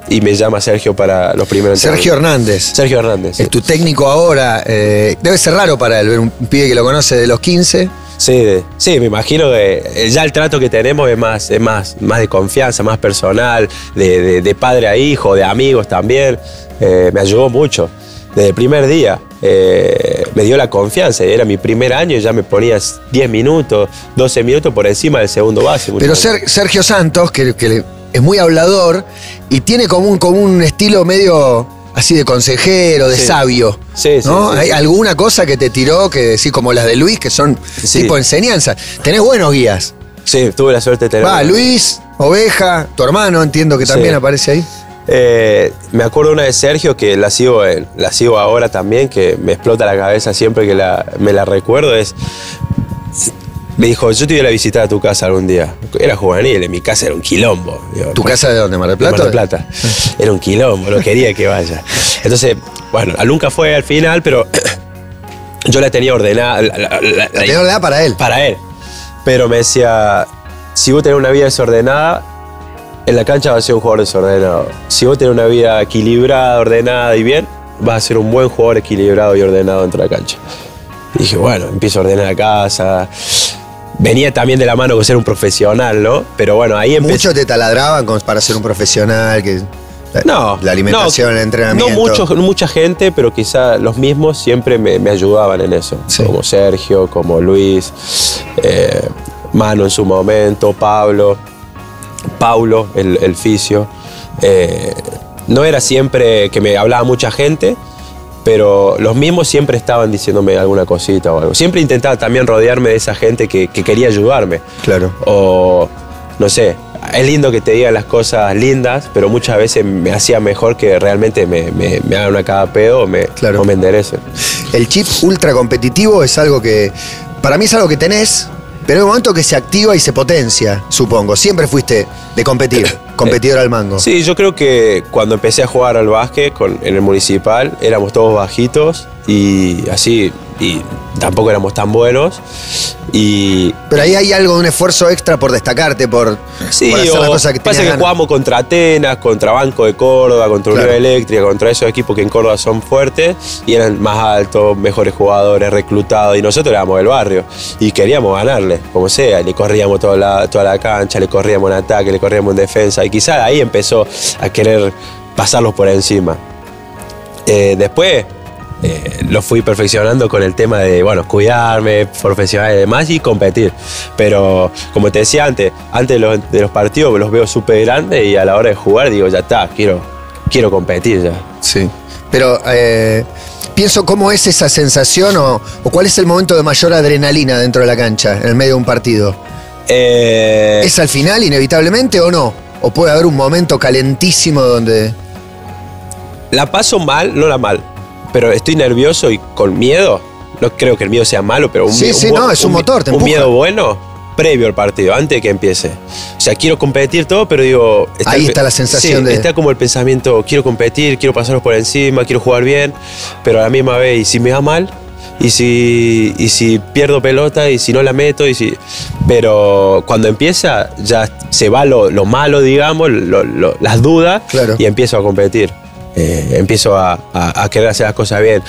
S3: y me llama Sergio para los primeros
S2: Sergio
S3: entrenamientos.
S2: Hernández.
S3: Sergio Hernández. sí.
S2: Es tu técnico ahora. eh, debe ser raro para él ver un pibe que lo conoce de los 15.
S3: Sí, de- sí, me imagino que eh, ya el trato que tenemos es más, es más, más de confianza, más personal, de, de- de padre a hijo, de amigos también. Eh, me ayudó mucho. Desde el primer día eh, me dio la confianza. Era mi primer año y ya me ponías 10 minutos, 12 minutos por encima del segundo base.
S2: Pero Ser- Sergio Santos, que, que le- es muy hablador y tiene como un, como un estilo medio así de consejero, de
S3: Sí.
S2: sabio.
S3: Sí, sí,
S2: ¿no?
S3: sí,
S2: ¿Hay
S3: sí.
S2: alguna cosa que te tiró que decís, como las de Luis, que son
S3: Sí.
S2: tipo enseñanza? Tenés buenos guías.
S3: Sí, tuve la suerte de tener.
S2: Va, Luis, Oveja, tu hermano, entiendo que también
S3: Sí.
S2: aparece ahí.
S3: Eh, me acuerdo una de Sergio que la sigo, en- la sigo ahora también, que me explota la cabeza siempre que la- me la recuerdo. Es, me dijo, yo te voy a ir a visitar a tu casa algún día. Era juvenil, en mi casa era un quilombo. Digo,
S2: ¿Tu casa de dónde? ¿Mar del Plata?
S3: de Mar del Plata. Era un quilombo, no quería que vaya. Entonces, bueno, nunca fue al final, pero yo la tenía ordenada. la- la- la-
S2: La tenés ordenada para él.
S3: para él. Pero me decía, si vos tenés una vida desordenada, en la cancha vas a ser un jugador desordenado. Si vos tenés una vida equilibrada, ordenada y bien, vas a ser un buen jugador equilibrado y ordenado dentro de la cancha. Y dije, bueno, empiezo a ordenar la casa. Venía también de la mano con ser un profesional, ¿no? Pero bueno, ahí empecé.
S2: Muchos te taladraban con- para ser un profesional, que la-
S3: No.
S2: Eh, la alimentación,
S3: no,
S2: el entrenamiento.
S3: No mucho, mucha gente, pero quizá los mismos siempre me, me ayudaban en eso.
S2: Sí.
S3: Como Sergio, como Luis, eh, Mano en su momento, Pablo, Paulo, el, el fisio. Eh, no era siempre que me hablaba mucha gente, pero los mismos siempre estaban diciéndome alguna cosita o algo. Siempre intentaba también rodearme de esa gente que, que quería ayudarme.
S2: Claro.
S3: O, no sé, es lindo que te digan las cosas lindas, pero muchas veces me hacía mejor que realmente me, me, me hagan una cada pedo o me,
S2: Claro.
S3: o me enderecen.
S2: El chip ultra competitivo es algo que. Para mí es algo que tenés, Pero hay un momento que se activa y se potencia, supongo. Siempre fuiste de competir, competidor al mango.
S3: Eh, Sí, yo creo que cuando empecé a jugar al básquet con- en el municipal éramos todos bajitos y así, y tampoco éramos tan buenos. Y
S2: Pero ahí hay algo de un esfuerzo extra por destacarte, por,
S3: sí,
S2: por hacer
S3: o
S2: la cosa que tenías
S3: pasa que
S2: ganas.
S3: jugamos contra Atenas, contra Banco de Córdoba, contra Unión
S2: Claro.
S3: Eléctrica, contra esos equipos que en Córdoba son fuertes y eran más altos, mejores jugadores, reclutados y nosotros éramos del barrio y queríamos ganarle, como sea, y le corríamos toda la, toda la cancha, le corríamos en ataque, le corríamos en defensa y quizás ahí empezó a querer pasarlos por encima. Eh, después eh, lo fui perfeccionando con el tema de, bueno, cuidarme, profesional y demás y competir. Pero como te decía antes, antes de los, de los partidos los veo súper grandes y a la hora de jugar digo, ya está, quiero, quiero competir ya.
S2: Sí. Pero eh, pienso cómo es esa sensación o, o cuál es el momento de mayor adrenalina dentro de la cancha, en el medio de un partido.
S3: Eh,
S2: ¿Es al final inevitablemente o no? ¿O puede haber un momento calentísimo donde...
S3: La paso mal, no la mal, pero estoy nervioso y con miedo. No creo que el miedo sea malo, pero un
S2: Sí,
S3: miedo.
S2: sí,
S3: bu-
S2: no, es un
S3: mi-
S2: motor, te
S3: Un
S2: empuja.
S3: miedo bueno previo al partido, antes de que empiece. O sea, quiero competir todo, pero digo.
S2: Ahí está la sensación
S3: sí,
S2: de-
S3: Está como el pensamiento, quiero competir, quiero pasarlos por encima, quiero jugar bien, pero a la misma vez, y si me va mal, y si, y si pierdo pelota, y si no la meto, y si. Pero cuando empieza, ya se va lo, lo malo, digamos, lo- lo- las dudas,
S2: Claro.
S3: y empiezo a competir. Eh, empiezo a, a- a querer hacer las cosas bien.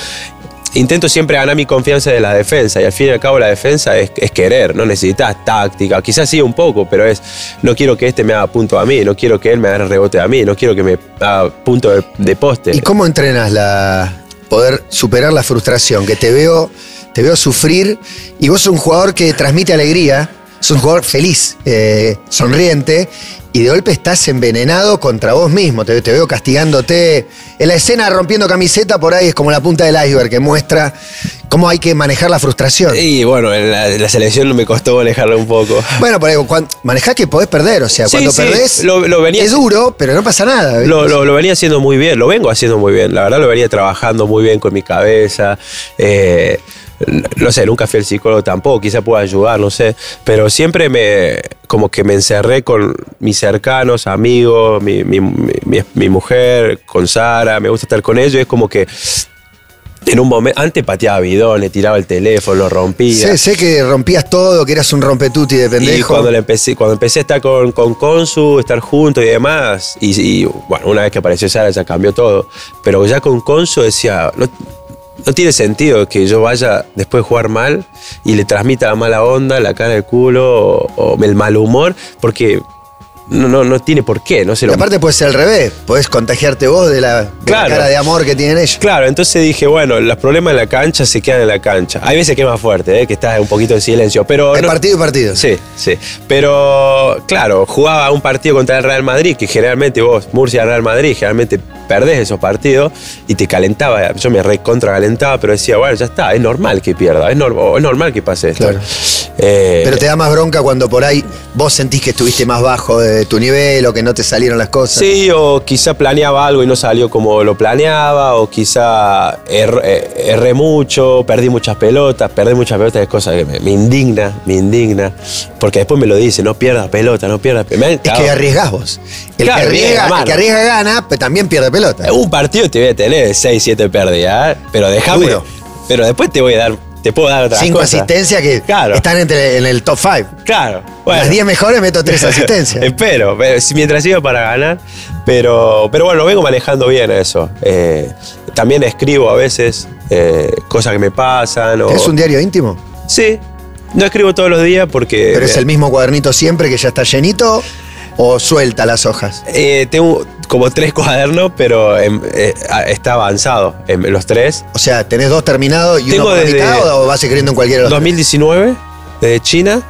S3: Intento siempre ganar mi confianza de la defensa y al fin y al cabo la defensa es, es querer, no necesitas táctica, quizás sí un poco, pero es no quiero que este me haga punto a mí, no quiero que él me haga rebote a mí, no quiero que me haga punto de, de poste.
S2: ¿Y cómo entrenas la poder superar la frustración? Que te veo, te veo sufrir y vos sos un jugador que transmite alegría, sos un jugador feliz, eh, sonriente, y de golpe estás envenenado contra vos mismo. Te, te veo castigándote. En la escena rompiendo camiseta por ahí es como la punta del iceberg que muestra cómo hay que manejar la frustración.
S3: Y bueno, en la, en la selección me costó manejarlo un poco.
S2: Bueno, por ahí, cuan- manejás que podés perder, o sea,
S3: Sí,
S2: cuando
S3: sí,
S2: perdés
S3: lo- lo venía-
S2: es duro, pero no pasa nada. ¿viste?
S3: Lo, lo- lo venía haciendo muy bien, lo vengo haciendo muy bien, la verdad lo venía trabajando muy bien con mi cabeza. eh, no sé, nunca fui al psicólogo tampoco, quizá pueda ayudar, no sé, pero siempre me como que me encerré con mis cercanos, amigos, mi, mi- mi- mi- mi mujer, con Sara, me gusta estar con ellos, es como que en un momento, antes pateaba bidones, tiraba el teléfono, lo rompía,
S2: Sé, sé que rompías todo, que eras un rompetuti de pendejo.
S3: y cuando, le empecé, cuando empecé a estar con, con Consu, estar juntos y demás, y, y, bueno, una vez que apareció Sara ya cambió todo, pero ya con Consu decía, no, no tiene sentido que yo vaya después de jugar mal y le transmita la mala onda, la cara del culo o, o el mal humor, porque no, no, no tiene por qué, no se
S2: Y
S3: lo
S2: aparte puede ser al revés, podés contagiarte vos de la, de la
S3: Claro.
S2: cara de amor que tienen ellos.
S3: Claro, entonces dije, bueno, los problemas en la cancha se quedan en la cancha. Hay veces que es más fuerte, ¿eh? que estás un poquito en silencio, pero...
S2: De
S3: no-
S2: partido y partido.
S3: Sí, sí. Pero, claro, jugaba un partido contra el Real Madrid, que generalmente vos, Murcia, Real Madrid, generalmente perdés esos partidos y te calentaba. Yo me recontra calentaba, pero decía, bueno, ya está, es normal que pierda, es, nor- o es normal que pase esto.
S2: Claro.
S3: Eh,
S2: Pero te da más bronca cuando por ahí vos sentís que estuviste más bajo de tu nivel o que no te salieron las cosas.
S3: Sí, o quizá planeaba algo y no salió como lo planeaba, o quizá er- eh, erré mucho, perdí muchas pelotas, perdí muchas pelotas, es cosa que me, me indigna, me indigna, porque después me lo dice, no pierdas pelota, no pierdas pelota. Me han
S2: Es
S3: cagado.
S2: que arriesgás vos. El,
S3: Claro,
S2: que, arriesga,
S3: bien,
S2: el que
S3: hermano.
S2: arriesga gana, pero también pierde pelota.
S3: Eh, Un partido te voy a tener 6, 7 pérdidas, ¿eh? pero déjame.
S2: Seguro.
S3: Pero después te voy a dar, te puedo dar otras
S2: Cinco
S3: cosas.
S2: asistencias que
S3: Claro.
S2: están entre, en el top five.
S3: Claro.
S2: Las diez mejores meto tres asistencias.
S3: Espero, pero si- mientras iba para ganar. Pero, pero bueno, lo vengo manejando bien eso. Eh, también escribo a veces eh, cosas que me pasan. O,
S2: ¿Es un diario íntimo?
S3: Sí. No escribo todos los días porque.
S2: ¿Pero es el mismo cuadernito siempre que ya está llenito o suelta las hojas?
S3: Eh, tengo como tres cuadernos, pero em, eh, a- está avanzado en los tres.
S2: O sea, ¿tenés dos terminados y
S3: Tengo
S2: uno por la
S3: desde-
S2: mitad o vas escribiendo en cualquiera de los
S3: 2019 de China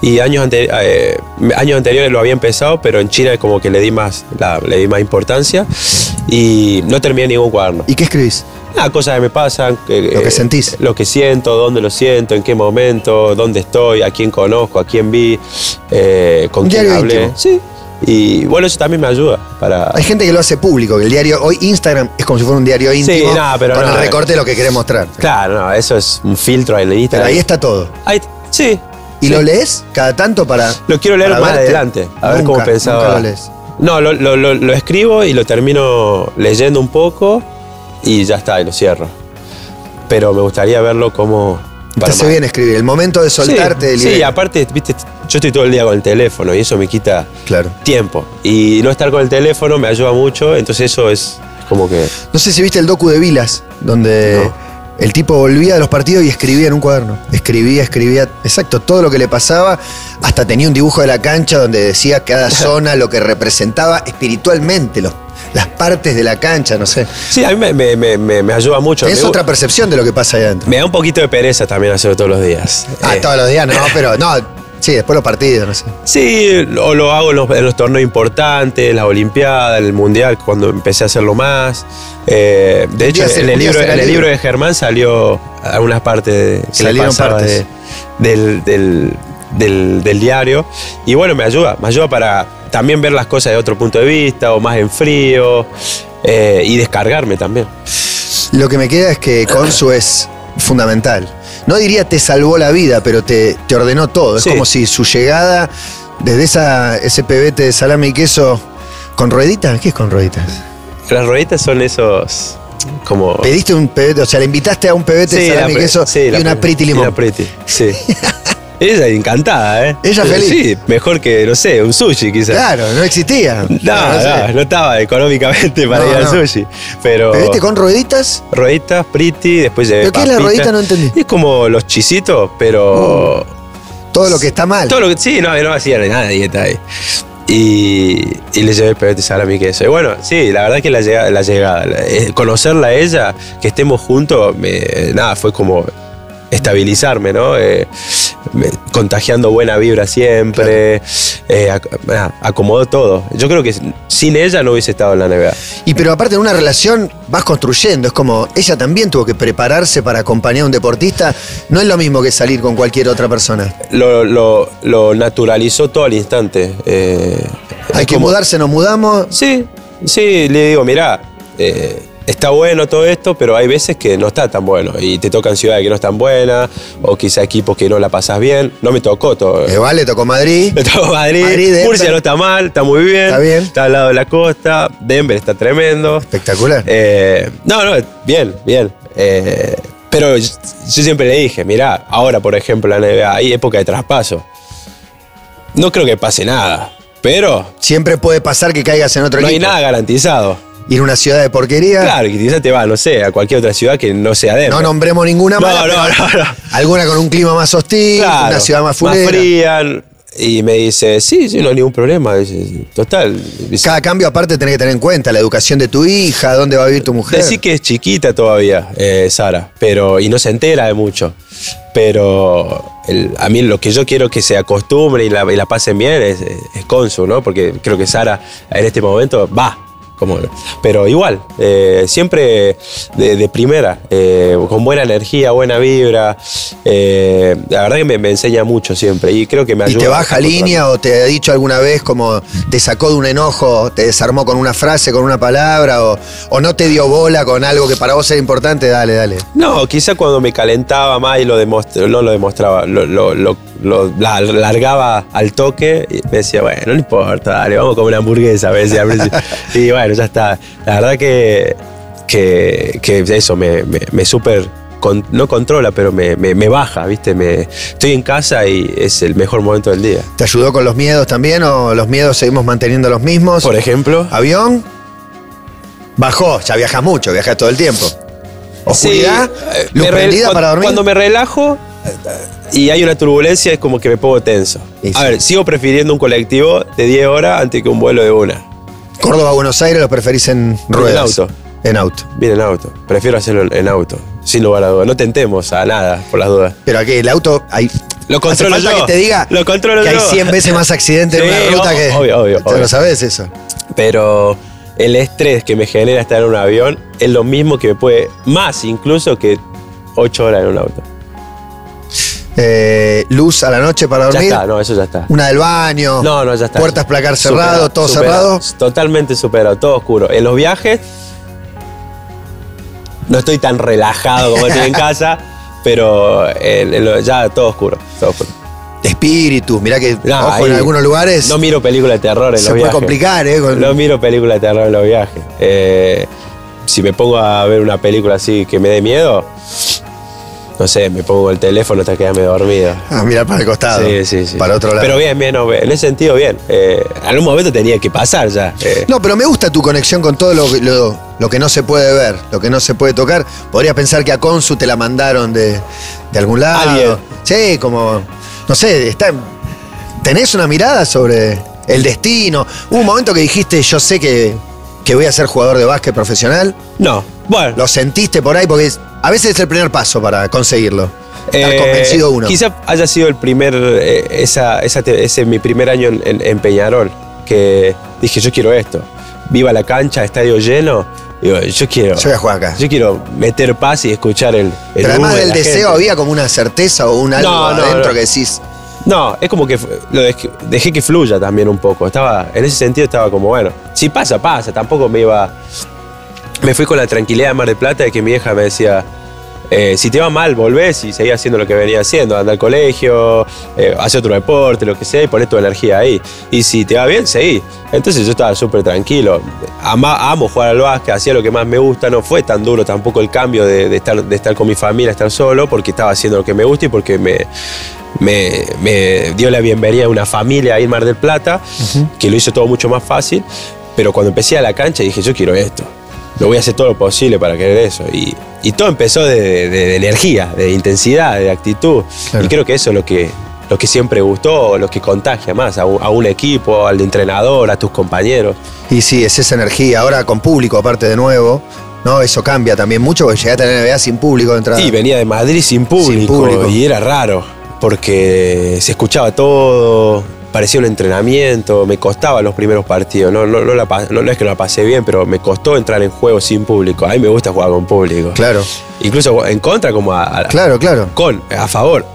S3: y años, ante- eh, años anteriores lo había empezado, pero en China como que le di más, la- le di más importancia y no terminé ningún cuaderno.
S2: ¿Y qué escribís?
S3: Ah, cosas que me pasan.
S2: Lo que sentís.
S3: Lo que siento, dónde lo siento, en qué momento, dónde estoy, a quién conozco, a quién vi, eh, con
S2: Un
S3: quién
S2: diario
S3: hablé.
S2: íntimo.
S3: Sí. Y bueno, eso también me ayuda para.
S2: Hay gente que lo hace público, que el diario hoy Instagram es como si fuera un diario íntimo
S3: no, pero
S2: con
S3: no,
S2: el
S3: eh.
S2: recorte de lo que querés mostrar.
S3: Claro, no, eso es un filtro en
S2: Pero
S3: Instagram.
S2: ahí está todo.
S3: Ahí- sí.
S2: ¿Y lo lees cada tanto para.?
S3: Lo quiero leer
S2: para
S3: más
S2: verte?
S3: adelante, a ver
S2: Nunca,
S3: cómo pensaba.
S2: nunca lo lees.
S3: No, lo, lo- lo- lo escribo y lo termino leyendo un poco y ya está, y lo cierro. Pero me gustaría verlo como.
S2: Te hace bien escribir. El momento de soltarte del
S3: Sí, sí,
S2: libro.
S3: aparte, viste, yo estoy todo el día con el teléfono y eso me quita
S2: Claro.
S3: tiempo. Y no estar con el teléfono me ayuda mucho, entonces eso es como que.
S2: No sé si viste el docu de Vilas, donde
S3: No.
S2: el tipo volvía de los partidos y escribía en un cuaderno. Escribía, escribía, exacto, todo lo que le pasaba. Hasta tenía un dibujo de la cancha donde decía cada zona lo que representaba espiritualmente, los- las partes de la cancha, no sé.
S3: Sí, a mí me, me- me- me- me ayuda mucho.
S2: Es
S3: Me gu-
S2: otra percepción de lo que pasa ahí adentro.
S3: Me da un poquito de pereza también hacerlo todos los días.
S2: Ah,
S3: Eh,
S2: todos los días, no, pero no. Sí, después los partidos, no sé.
S3: Sí, o lo hago en los, en los torneos importantes, las Olimpiadas, en el Mundial, cuando empecé a hacerlo más. Eh, de hecho,
S2: día se-
S3: en
S2: un
S3: el,
S2: día
S3: libro,
S2: será
S3: en el
S2: libre.
S3: libro de Germán salió algunas partes de- que le
S2: Salieron
S3: pasaba
S2: partes.
S3: de- del, del- del- del diario. Y bueno, me ayuda, me ayuda para también ver las cosas de otro punto de vista o más en frío eh, y descargarme también.
S2: Lo que me queda es que Consu es fundamental. No diría te salvó la vida, pero te, te ordenó todo. Es
S3: Sí.
S2: como si su llegada desde esa, ese pebete de salame y queso con rueditas. ¿Qué es con rueditas?
S3: Las rueditas son esos como...
S2: Pediste un pebete, o sea, le invitaste a un pebete de salame y
S3: pre-
S2: queso
S3: sí,
S2: y
S3: la
S2: una
S3: pre-
S2: pretty limón.
S3: y una pretty, sí. Ella encantada, ¿eh?
S2: Ella feliz.
S3: Sí, mejor que, no sé, un sushi quizás.
S2: claro, no existía.
S3: No, no,
S2: sé.
S3: no estaba económicamente para
S2: No,
S3: ir al
S2: no.
S3: sushi. Pero.
S2: Pebete con rueditas.
S3: Rueditas, pretty, después llevé
S2: ¿Pero qué es la
S3: papitas.
S2: ruedita? No entendí. Uh.
S3: Es como los chisitos, pero.
S2: Todo lo que está mal.
S3: Todo lo que. Sí, no, no hacía nada de dieta ahí. Y, y le llevé el pelote salami y queso. Y bueno, sí, la verdad que la llegada, la llegada la- eh, conocerla a ella, que estemos juntos, me- eh, nada, fue como estabilizarme, ¿no? Eh, me- contagiando buena vibra siempre, eh, ac- nada, acomodó todo. Yo creo que sin ella no hubiese estado en la NBA.
S2: Y pero aparte en una relación vas construyendo, es como ella también tuvo que prepararse para acompañar a un deportista, no es lo mismo que salir con cualquier otra persona.
S3: Lo, lo- lo naturalizó todo al instante. eh,
S2: Hay
S3: es
S2: que
S3: como-
S2: mudarse, nos mudamos.
S3: Sí, sí, le digo, mirá, eh, está bueno todo esto, pero hay veces que no está tan bueno. Y te tocan ciudades que no están buenas, o quizá equipos que no la pasas bien. No me tocó todo.
S2: Eh, vale, tocó Madrid.
S3: Me tocó Madrid,
S2: Madrid, Denver.
S3: Murcia no está mal, está muy bien.
S2: Está bien.
S3: Está al lado de la costa, Denver está tremendo.
S2: Espectacular.
S3: Eh, no, no, bien, bien. Eh, pero yo, yo siempre le dije, mirá, ahora por ejemplo en la NBA hay época de traspaso. No creo que pase nada, pero
S2: Siempre puede pasar que caigas en otro
S3: no hay
S2: equipo.
S3: nada garantizado.
S2: Ir a una ciudad de porquería.
S3: Claro, que quizás te va, no sé, a cualquier otra ciudad que no sea Denver.
S2: No nombremos ninguna
S3: No,
S2: mala,
S3: no,
S2: pero
S3: no, no.
S2: Alguna con un clima más hostil,
S3: Claro,
S2: una ciudad más fulera.
S3: fría. Y me dice, sí, sí, no hay ningún problema. Dice, Total. Dice,
S2: Cada cambio aparte tenés que tener en cuenta la educación de tu hija, dónde va a vivir tu mujer.
S3: Decí que es chiquita todavía, eh, Sara, pero, y no se entera de mucho. Pero el- a mí lo que yo quiero que se acostumbre y la, y la pasen bien es, es Consu, ¿no? Porque creo que Sara en este momento va. Como, pero igual, eh, siempre de, de primera, eh, con buena energía, buena vibra. eh, la verdad que me, me enseña mucho siempre y creo que me
S2: ¿Y
S3: ayuda.
S2: te baja
S3: a-
S2: línea o te ha dicho alguna vez como te sacó de un enojo, te desarmó con una frase, con una palabra o, o no te dio bola con algo que para vos era importante? Dale, dale.
S3: No, quizá cuando me calentaba más y lo demostraba, no lo demostraba, lo, lo- lo- lo la- largaba al toque y me decía, bueno, no importa, dale, vamos a comer una hamburguesa, me decía al principio. Y bueno, ya está. La verdad que, que, que eso me, me, me súper, con- no controla, pero me, me- me baja, ¿viste? Me, estoy en casa y es el mejor momento del día.
S2: ¿Te ayudó con los miedos también o los miedos seguimos manteniendo los mismos?
S3: Por ejemplo,
S2: ¿Avión? Bajó, ya viajas mucho, viajas todo el tiempo. ¿Oscuridad?
S3: eh,
S2: ¿Luz
S3: me re-
S2: prendida
S3: cuan-
S2: para dormir?
S3: Cuando me relajo eh, y hay una turbulencia es como que me pongo tenso.
S2: Y sí.
S3: A ver, sigo prefiriendo un colectivo de 10 horas antes que un vuelo de una.
S2: Córdoba a Buenos Aires lo preferís en ruedas.
S3: auto.
S2: En auto.
S3: Bien en auto. Prefiero hacerlo en- en auto, sin lugar a dudas. No tentemos a nada por las dudas.
S2: Pero aquí el auto hay.
S3: Lo controlo
S2: hace falta
S3: yo.
S2: que te diga
S3: Lo controlo
S2: que hay
S3: yo.
S2: 100 veces más accidentes en
S3: Sí,
S2: una ruta
S3: ob-
S2: que.
S3: obvio, obvio,
S2: Te lo
S3: obvio.
S2: sabes eso.
S3: Pero el estrés que me genera estar en un avión es lo mismo que me puede, más incluso que 8 horas en un auto.
S2: Eh, luz a la noche para
S3: Ya
S2: dormir.
S3: está, no, eso ya está.
S2: Una del baño.
S3: No, no, ya está.
S2: Puertas placar cerrado,
S3: Superado,
S2: todo
S3: superado,
S2: cerrado.
S3: Totalmente superado, todo oscuro. En los viajes no estoy tan eh, relajado como estoy en casa, pero en- en lo- ya todo oscuro, todo oscuro.
S2: espíritus, mirá que
S3: Nah,
S2: ojo, en
S3: ahí
S2: algunos lugares
S3: No miro películas de terror en
S2: se
S3: los
S2: puede
S3: viajes.
S2: complicar, ¿eh? Con-
S3: No miro películas de terror en los viajes. Eh, si me pongo a ver una película así que me dé miedo, no sé, me pongo el teléfono hasta quedarme dormido.
S2: Ah, mirar para el costado.
S3: Sí, sí, sí.
S2: Para otro lado.
S3: Pero bien, bien, no, bien. en ese sentido, bien. Eh, en algún momento tenía que pasar ya. Eh,
S2: No, pero me gusta tu conexión con todo lo, lo- lo que no se puede ver, lo que no se puede tocar. Podrías pensar que a Consu te la mandaron de, de algún lado.
S3: Alguien.
S2: Sí, como. No sé, está, tenés una mirada sobre el destino. Hubo un momento que dijiste, yo sé que, que voy a ser jugador de básquet profesional.
S3: no. Bueno,
S2: Lo sentiste por ahí, porque es- a veces es el primer paso para conseguirlo. Estar
S3: Eh,
S2: convencido uno.
S3: Quizá haya sido el primer, eh, esa, esa te- ese mi primer año en, en- en Peñarol, que dije, yo quiero esto. Viva la cancha, estadio lleno. Digo, yo quiero.
S2: Yo voy a jugar acá.
S3: Yo quiero meter paz y escuchar el. el
S2: pero
S3: humo
S2: además
S3: de
S2: del
S3: la
S2: deseo
S3: gente.
S2: había como una certeza o un algo
S3: No, no,
S2: adentro
S3: no.
S2: que decís.
S3: No, es como que f- lo dej- dejé que fluya también un poco. Estaba, en ese sentido estaba como, bueno, si pasa, pasa. Tampoco me iba. Me fui con la tranquilidad de Mar del Plata de que mi vieja me decía. eh, si te va mal, volvés y seguís haciendo lo que venía haciendo, anda al colegio, eh, hace otro deporte, lo que sea, y pones tu energía ahí. Y si te va bien, seguí. Entonces yo estaba súper tranquilo. Ama- amo jugar al básquet, hacía lo que más me gusta, no fue tan duro tampoco el cambio de, de estar, de estar con mi familia, estar solo, porque estaba haciendo lo que me gusta y porque me, me, me dio la bienvenida a una familia ahí en Mar del Plata, que lo hizo todo mucho más fácil. Pero cuando empecé a la cancha dije, yo quiero esto. Lo voy a hacer todo lo posible para querer eso. Y, y todo empezó de, de- de energía, de intensidad, de actitud.
S2: Claro.
S3: Y creo que eso es lo que, lo que siempre gustó, lo que contagia más a un, a un equipo, al entrenador, a tus compañeros.
S2: Y sí, es esa energía. Ahora con público, aparte de nuevo, ¿no? Eso cambia también mucho porque llegaste a la NBA sin público de entrada.
S3: Y venía de Madrid sin público,
S2: Sin público.
S3: y era raro, porque se escuchaba todo, parecía un entrenamiento, me costaba los primeros partidos, no, no, no la pa- no- no es que no la pasé bien, pero me costó entrar en juego sin público, a mí me gusta jugar con público.
S2: Claro,
S3: Incluso en contra como a, a-
S2: claro, claro.
S3: con, a favor.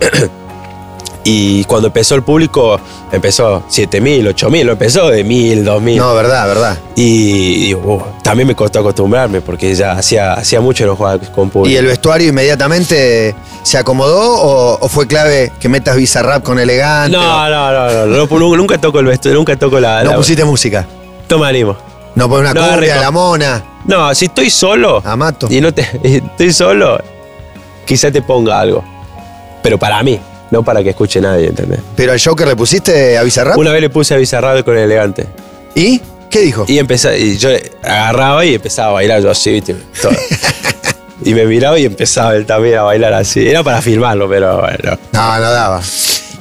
S3: y cuando empezó el público, empezó 7.000, 8.000, no empezó de 1.000, 2.000.
S2: No, verdad, verdad.
S3: Y digo, "Uh", también me costó acostumbrarme porque ya hacía, hacía mucho que no jugaba con público.
S2: ¿Y el vestuario inmediatamente se acomodó o, o fue clave que metas bizarrap con elegante? o-
S3: No, no, no, no, no, nu- nunca toco el vestuario, nunca toco la.
S2: no
S3: la-
S2: pusiste música.
S3: No me animo.
S2: No pones una
S3: No,
S2: cumbia,
S3: rico.
S2: la mona,
S3: No, si estoy solo
S2: amato.
S3: y no te, y estoy solo, quizá te ponga algo. Pero para mí, no para que escuche nadie, ¿entendés?
S2: Pero al Joker le pusiste a bizarrap.
S3: Una vez le puse a Bizarrado con el elegante.
S2: ¿Y? ¿Qué dijo?
S3: Y empecé, y yo agarraba y empezaba a bailar yo así, ¿viste? Todo. y me miraba y empezaba él también a bailar así. Era para filmarlo, pero bueno.
S2: No, no daba.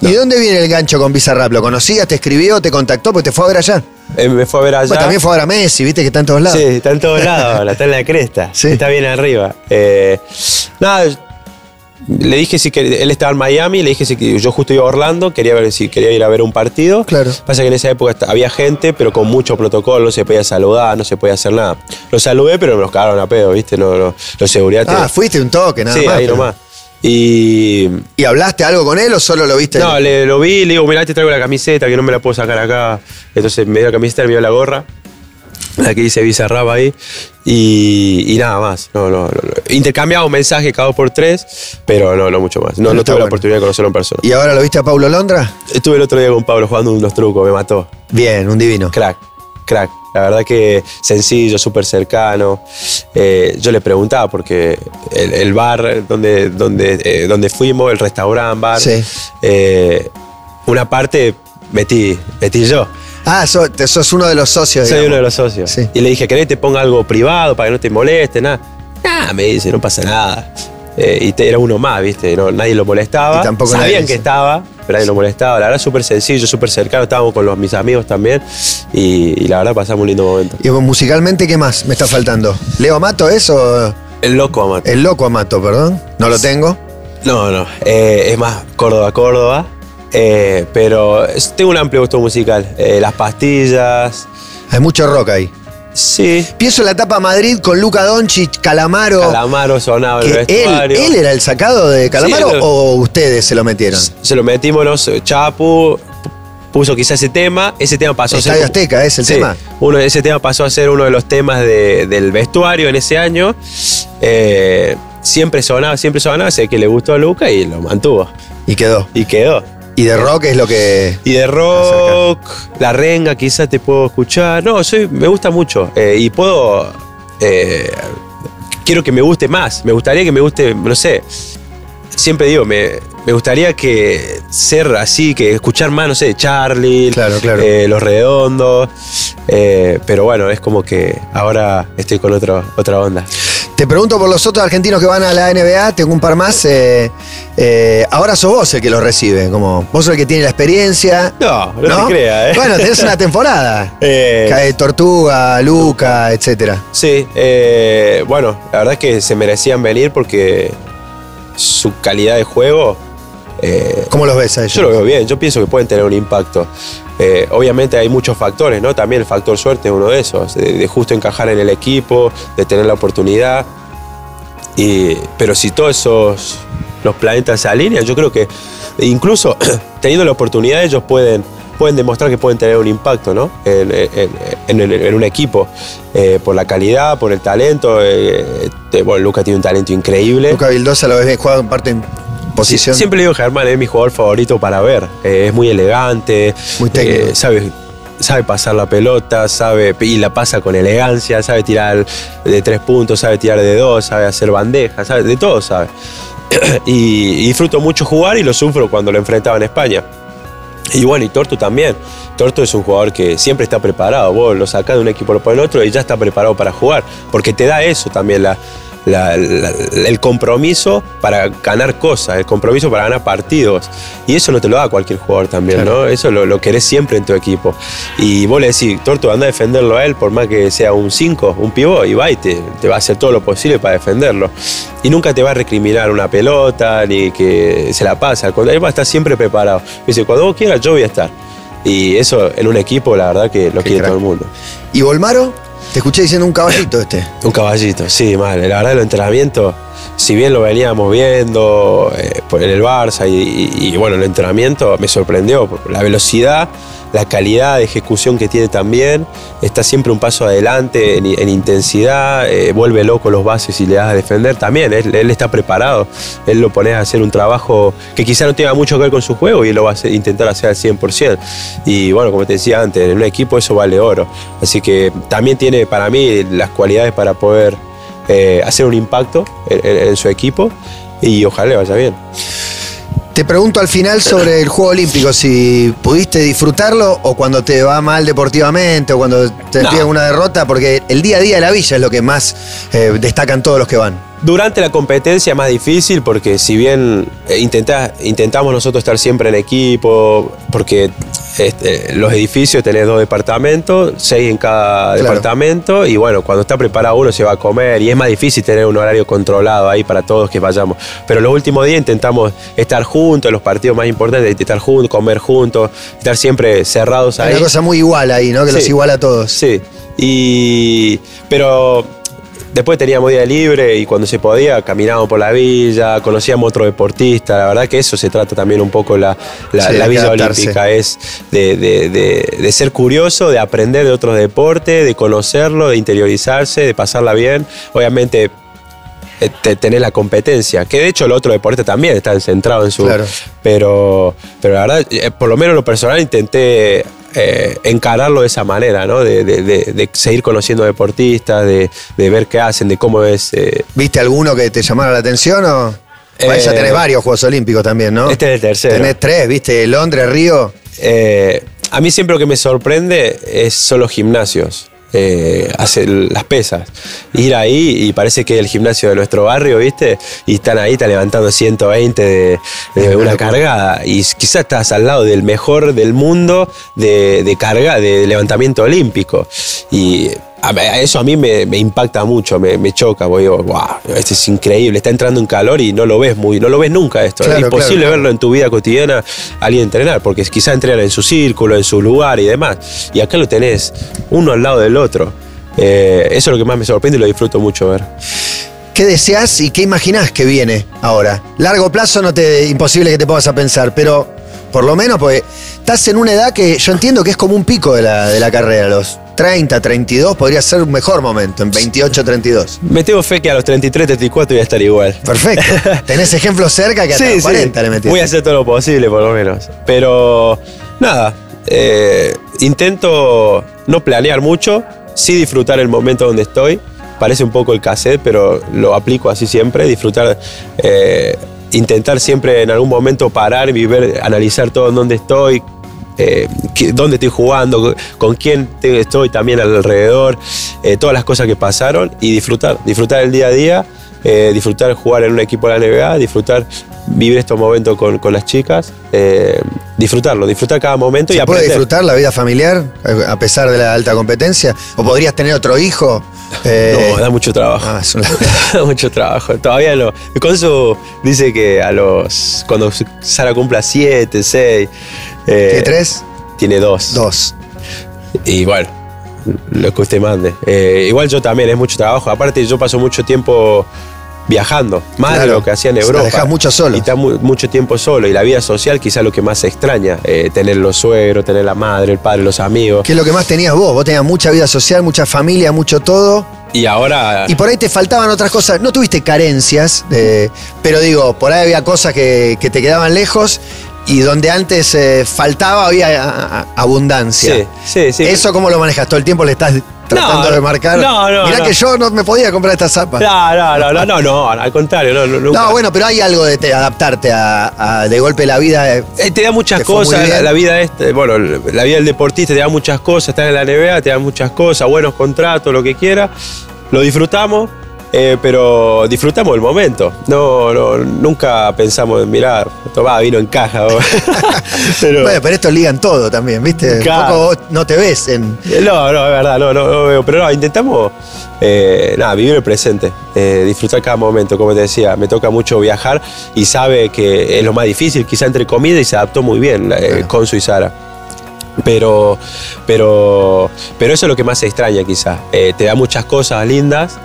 S2: ¿Y de dónde viene el gancho con Bizarrap? ¿Lo conocías? ¿Te escribió? ¿Te contactó? Pues te fue a ver allá.
S3: Eh, Me fue a ver allá.
S2: Bueno, también fue a ver a Messi, viste que está en todos lados.
S3: Sí, está en todos lados ahora, está en la cresta.
S2: Sí.
S3: Está bien arriba. Eh, nada, le dije si que él estaba en Miami, le dije si que yo justo iba a Orlando, quería ver si quería ir a ver un partido.
S2: Claro.
S3: Pasa que en esa época esta- había gente, pero con mucho protocolo, no se podía saludar, no se podía hacer nada. Los saludé, pero me los cagaron a pedo, ¿viste? No, no, los seguridad. te-
S2: Ah, fuiste un toque, nada
S3: sí,
S2: más.
S3: ahí
S2: pero-
S3: nomás. Y
S2: ¿Y hablaste algo con él o solo lo viste?
S3: no, le, lo vi, le digo, mirá, te traigo la camiseta, que no me la puedo sacar acá. Entonces me dio la camiseta, me dio la gorra, la que dice Bizarrap ahí, y, y nada más. No, no, no, no. Intercambiaba un mensaje cada dos por tres, pero no, no mucho más. No,
S2: Pero
S3: no
S2: está
S3: tuve la
S2: bueno.
S3: oportunidad de conocerlo en persona.
S2: ¿Y ahora lo viste a Paulo Londra?
S3: Estuve el otro día con Pablo jugando unos trucos, me mató.
S2: Bien, un divino.
S3: Crack, crack. La verdad que sencillo, súper cercano. Eh, yo le preguntaba porque el, el bar donde, donde, eh, donde fuimos, el restaurante, bar,
S2: Sí.
S3: eh, una parte metí, metí yo.
S2: Ah, so- te- sos, uno de los socios.
S3: Soy
S2: digamos.
S3: uno de los socios.
S2: Sí.
S3: Y le dije, ¿querés que te ponga algo privado para que no te moleste? Nada. Ah, me dice, no pasa nada. Eh, y te- era uno más, ¿viste? No, nadie lo molestaba.
S2: Y tampoco nadie
S3: Sabían
S2: dice.
S3: que estaba, pero nadie lo molestaba. La verdad, súper sencillo, súper cercano. Estábamos con los, mis amigos también. Y, y la verdad, pasamos un lindo momento.
S2: Y vos, musicalmente, ¿qué más me está faltando? ¿Leo Amato es o
S3: El loco Amato.
S2: el loco Amato, perdón? No lo tengo.
S3: No, no. eh, es más, Córdoba, Córdoba. Eh, pero es- tengo un amplio gusto musical. Eh, las pastillas.
S2: Hay mucho rock ahí.
S3: Sí.
S2: Pienso en la etapa Madrid con Luca Doncic, Calamaro.
S3: Calamaro sonaba en el
S2: que él,
S3: vestuario.
S2: él era el sacado de Calamaro
S3: él-
S2: o ustedes se lo metieron?
S3: Se lo metimos, los eh, Chapu p- puso quizá ese tema, ese tema pasó
S2: Estadio Azteca, es el tema.
S3: Uno, ese tema pasó a ser uno de los temas de- del vestuario en ese año. Eh, siempre sonaba, siempre sonaba, sé que le gustó a Luca y lo mantuvo.
S2: Y quedó.
S3: Y quedó.
S2: Y de rock es lo que.
S3: Y de rock, la renga quizás te puedo escuchar. No, soy, me gusta mucho. eh, y puedo... eh, quiero que me guste más. Me gustaría que me guste, no sé. Siempre digo, me, me gustaría que ser así, que escuchar más, no sé, Charlie,
S2: Claro, claro.
S3: eh, Los Redondos. eh, pero bueno, es como que ahora estoy con otra otra onda.
S2: Te pregunto por los otros argentinos que van a la NBA, tengo un par más. eh, eh, ahora sos vos el que los recibe, como vos sos el que tiene la experiencia.
S3: No, no, te creas, ¿eh?
S2: Bueno, tenés una temporada.
S3: Eh,
S2: Cae Tortuga, Luca, etcétera.
S3: Sí, eh, bueno, la verdad es que se merecían venir porque su calidad de juego, eh,
S2: ¿Cómo los ves a ellos?
S3: yo lo veo bien, yo pienso que pueden tener un impacto. Eh, obviamente hay muchos factores, ¿no? También el factor suerte es uno de esos, de, de justo encajar en el equipo, de tener la oportunidad. Y- pero si todos esos los planetas se alinean, yo creo que incluso teniendo la oportunidad ellos pueden, pueden demostrar que pueden tener un impacto ¿no? en, en- en- en- en un equipo eh, por la calidad, por el talento. eh, eh, bueno, Luca tiene un talento increíble.
S2: Luca Vildosa lo ves bien, juega en parte en posición.
S3: Sie- Siempre le digo que Germán es mi jugador favorito para ver. Eh, es muy elegante.
S2: Muy técnico.
S3: eh, sabe, sabe pasar la pelota, sabe y la pasa con elegancia, sabe tirar de tres puntos, sabe tirar de dos, sabe hacer bandejas, sabe, de todo sabe. y, y disfruto mucho jugar y lo sufro cuando lo enfrentaba en España. Y bueno, y Tortu también. Tortu es un jugador que siempre está preparado. Vos lo sacás de un equipo, lo pones en otro y ya está preparado para jugar. Porque te da eso también, la- la- la- el compromiso para ganar cosas, el compromiso para ganar partidos. Y eso no te lo da cualquier jugador también, ¿no? Eso lo, lo querés siempre en tu equipo. Y vos le decís, Tortu, anda a defenderlo a él, por más que sea un 5, un pivot, y va y te, te va a hacer todo lo posible para defenderlo. Y nunca te va a recriminar una pelota, ni que se la pasa. Cuando- Él va a estar siempre preparado. Me dice, cuando vos quieras, yo voy a estar. Y eso en un equipo, la verdad que lo
S2: Qué
S3: quiere
S2: crack.
S3: todo el mundo.
S2: Y Volmaro, te escuché diciendo un caballito este.
S3: Un caballito, sí, mal. La verdad, el entrenamiento, si bien lo veníamos viendo eh, por- en el Barça y, y- y, bueno, el entrenamiento me sorprendió. por La velocidad, la calidad de ejecución que tiene también. Está siempre un paso adelante en, en intensidad, eh, vuelve loco los bases y le das a defender. También él, él está preparado. Él lo pones a hacer un trabajo que quizá no tenga mucho que ver con su juego y él lo va a hacer- intentar hacer al 100%. Y bueno, como te decía antes, en un equipo eso vale oro. Así que también tiene para mí las cualidades para poder eh, hacer un impacto en, en- en su equipo y ojalá le vaya bien.
S2: Te pregunto al final sobre el Juego Olímpico, si pudiste disfrutarlo o cuando te va mal deportivamente o cuando te
S3: No.
S2: piden una derrota, porque el día a día de la villa es lo que más eh, destacan todos los que van.
S3: Durante la competencia es más difícil porque si bien eh, intenta- intentamos nosotros estar siempre en equipo, porque este, los edificios tenés dos departamentos, seis en cada
S2: Claro.
S3: departamento, y bueno, cuando está preparado uno se va a comer y es más difícil tener un horario controlado ahí para todos que vayamos. Pero los últimos días intentamos estar juntos, en los partidos más importantes, estar juntos, comer juntos, estar siempre cerrados
S2: Hay
S3: ahí.
S2: una cosa muy igual ahí, ¿no? Que los
S3: Sí.
S2: iguala a todos.
S3: Sí. Y. Pero. Después teníamos día libre y cuando se podía caminábamos por la villa, conocíamos otro deportista. La verdad que eso se trata también un poco la, la,
S2: Sí, hay
S3: la
S2: que
S3: villa
S2: adaptarse.
S3: olímpica. Es de, de- de- de ser curioso, de aprender de otros deportes, de conocerlo, de interiorizarse, de pasarla bien. Obviamente eh, te- tener la competencia. Que de hecho el otro deporte también está centrado en su.
S2: Claro.
S3: Pero, pero la verdad, eh, por lo menos en lo personal intenté eh, encararlo de esa manera, ¿no? De, de- de- de seguir conociendo deportistas, de, de ver qué hacen, de cómo es. eh,
S2: ¿Viste alguno que te llamara la atención o...? Bueno,
S3: Eh,
S2: ya tenés varios Juegos Olímpicos también, ¿no?
S3: Este es el tercero.
S2: Tenés tres, ¿viste? Londres, Río.
S3: Eh, a mí siempre lo que me sorprende es, son los gimnasios. eh, hacer las pesas. Ir ahí y parece que es el gimnasio de nuestro barrio, ¿viste? Y están ahí, están levantando 120 de, de
S2: Una
S3: una
S2: locura.
S3: cargada. Y quizás estás al lado del mejor del mundo de, de carga, de levantamiento olímpico. Y a- a eso a mí me, me impacta mucho, me, me choca. porque digo, wow, esto es increíble. Está entrando en calor y no lo ves muy, no lo ves nunca esto.
S2: Claro,
S3: es
S2: claro,
S3: imposible
S2: claro.
S3: verlo en tu vida cotidiana alguien entrenar, porque quizá entrenan en su círculo, en su lugar y demás. Y acá lo tenés, uno al lado del otro. Eh, eso es lo que más me sorprende y lo disfruto mucho ver.
S2: ¿Qué deseas y qué imaginás que viene ahora? Largo plazo no te imposible que te pongas a pensar, pues, pero por lo menos porque estás en una edad que yo entiendo que es como un pico de la, de la carrera, los 30, 32 podría ser un mejor momento, en 28, 32.
S3: Me tengo fe que a los 33, 34 voy a estar igual.
S2: Perfecto. Tenés ejemplos cerca que hasta los 40 le metiste.
S3: Voy a hacer todo lo posible, por lo menos. Pero, nada, eh, intento no planear mucho, sí disfrutar el momento donde estoy. Parece un poco el cassette, pero lo aplico así siempre, disfrutar... eh, Intentar siempre en algún momento parar y ver, analizar todo en dónde estoy, eh, qué- dónde estoy jugando, con quién te- estoy también alrededor, eh, todas las cosas que pasaron y disfrutar, disfrutar el día a día, eh, disfrutar jugar en un equipo de la NBA, disfrutar vivir estos momentos con, con las chicas, eh, disfrutarlo, disfrutar cada momento y
S2: ¿Se puede
S3: aprender.
S2: disfrutar la vida familiar eh, a pesar de la alta competencia? ¿O podrías tener otro hijo? Eh,
S3: No, da mucho trabajo.
S2: ah, es un-
S3: Da mucho trabajo. Todavía no. Consu dice que a los. Cuando Sara cumpla 7, 6.
S2: ¿Tiene tres?
S3: Tiene dos.
S2: Dos.
S3: Y bueno, lo que usted mande. Eh, igual yo también, es mucho trabajo. Aparte, yo paso mucho tiempo viajando, más de
S2: Claro.
S3: lo que hacía en
S2: La
S3: Europa.
S2: dejás mucho solo.
S3: Y está mu- mucho tiempo solo. Y la vida social, quizás lo que más se extraña. eh, tener los suegros, tener la madre, el padre, los amigos.
S2: ¿Qué es lo que más tenías vos? Vos tenías mucha vida social, mucha familia, mucho todo.
S3: Y ahora.
S2: Y por ahí te faltaban otras cosas. No tuviste carencias, eh, pero digo, por ahí había cosas que, que te quedaban lejos y donde antes eh, faltaba había a- a- abundancia.
S3: sí, sí, sí.
S2: ¿Eso cómo lo manejas? ¿Todo el tiempo le estás tratando
S3: No,
S2: de marcar?
S3: no, no,
S2: Mirá
S3: no.
S2: que yo no me podía comprar estas zapas.
S3: No, no, no, no, no, no, al contrario, no, no, nunca.
S2: No, bueno, pero hay algo de te- adaptarte a, a de golpe la vida. eh,
S3: Eh, te da muchas
S2: Te fue muy
S3: cosas, la,
S2: bien.
S3: la vida este, bueno, la vida del deportista te da muchas cosas, estás en la NBA, te da muchas cosas, buenos contratos, lo que quiera. Lo disfrutamos, eh, pero disfrutamos el momento. No, no, nunca pensamos, mirá, tomá, vino en caja. o- pero,
S2: Bueno, pero esto ligan todo también, ¿viste?
S3: Claro.
S2: Un poco vos no te ves en.
S3: no, no, es verdad, no, no, no veo. Pero no, intentamos eh, nada, vivir el presente, eh, disfrutar cada momento, como te decía, me toca mucho viajar y sabe que es lo más difícil, quizá entre comida y se adaptó muy bien eh,
S2: Claro.
S3: Consu y Sara. Pero, pero, pero eso es lo que más se extraña quizás. Eh, te da muchas cosas lindas,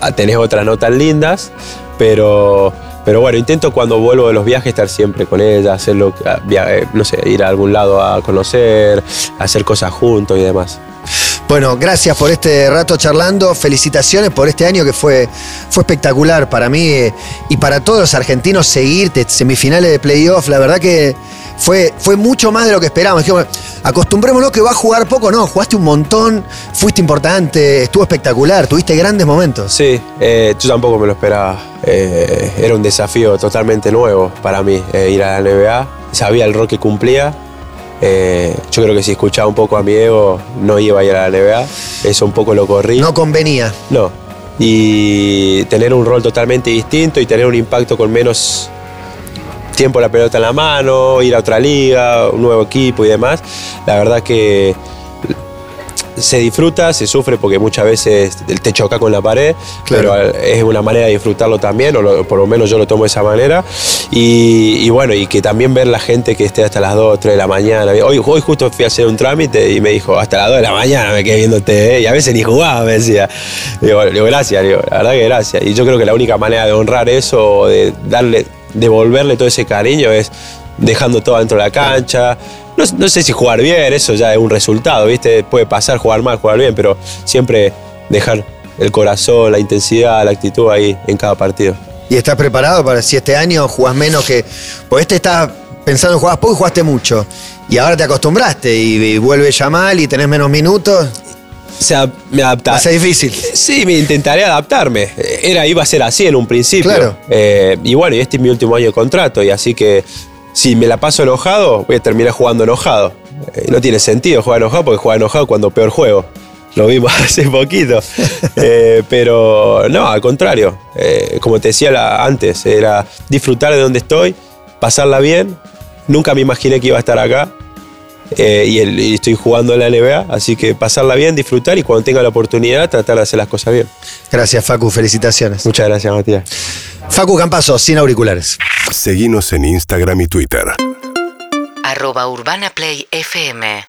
S3: Ah, tenés otras no tan lindas, pero, pero bueno, intento cuando vuelvo de los viajes estar siempre con ella, hacerlo, ah, via- eh, no sé, ir a algún lado a conocer, hacer cosas juntos y demás.
S2: Bueno, gracias por este rato charlando. Felicitaciones por este año que fue, fue espectacular para mí eh, y para todos los argentinos seguirte. Semifinales de playoff, la verdad que fue, fue mucho más de lo que esperábamos. Dijimos, acostumbrémonos que va a jugar poco. No, jugaste un montón, fuiste importante, estuvo espectacular, tuviste grandes momentos.
S3: Sí, eh, yo tampoco me lo esperaba. Eh, era un desafío totalmente nuevo para mí eh, ir a la NBA. Sabía el rol que cumplía. Eh, yo creo que si escuchaba un poco a mi ego, no iba a ir a la NBA. Eso un poco lo corrí.
S2: No convenía.
S3: No. Y tener un rol totalmente distinto y tener un impacto con menos tiempo la pelota en la mano, ir a otra liga, un nuevo equipo y demás. La verdad que se disfruta, se sufre porque muchas veces te choca con la pared,
S2: Claro.
S3: pero es una manera de disfrutarlo también, o lo- por lo menos yo lo tomo de esa manera. Y, y bueno, y que también ver la gente que esté hasta las 2, 3 de la mañana. Hoy, hoy justo fui a hacer un trámite y me dijo, hasta las 2 de la mañana me quedé viendo TV y a veces ni jugaba, me decía. Digo, digo, gracias, digo, la verdad que gracias. Y yo creo que la única manera de honrar eso, de darle, devolverle todo ese cariño es dejando todo dentro de la cancha. No, no sé si jugar bien, eso ya es un resultado, ¿viste? Puede pasar, jugar mal, jugar bien, pero siempre dejar el corazón, la intensidad, la actitud ahí en cada partido.
S2: ¿Y estás preparado para si este año jugás menos que.? Porque este estás pensando en jugás poco y jugaste mucho. Y ahora te acostumbraste y, y vuelve Yamal y tenés menos minutos.
S3: O sea, me
S2: Va
S3: adapta.
S2: a ser difícil.
S3: Sí, me intentaré adaptarme. Era, iba a ser así en un principio.
S2: Claro.
S3: Eh, y bueno, y este es mi último año de contrato, y así que si me la paso enojado, voy a terminar jugando enojado. Eh, no tiene sentido jugar enojado porque juega enojado cuando peor juego. Lo vimos hace poquito. Eh, pero no, al contrario. Eh, como te decía la- antes, era disfrutar de donde estoy, pasarla bien. Nunca me imaginé que iba a estar acá. Eh, y, el- y estoy jugando en la NBA, así que pasarla bien, disfrutar y cuando tenga la oportunidad tratar de hacer las cosas bien.
S2: Gracias, Facu. Felicitaciones.
S3: Muchas gracias, Matías.
S2: Facu Campazo, sin auriculares.
S1: Seguinos en Instagram y Twitter.
S4: arroba urbanaplayfm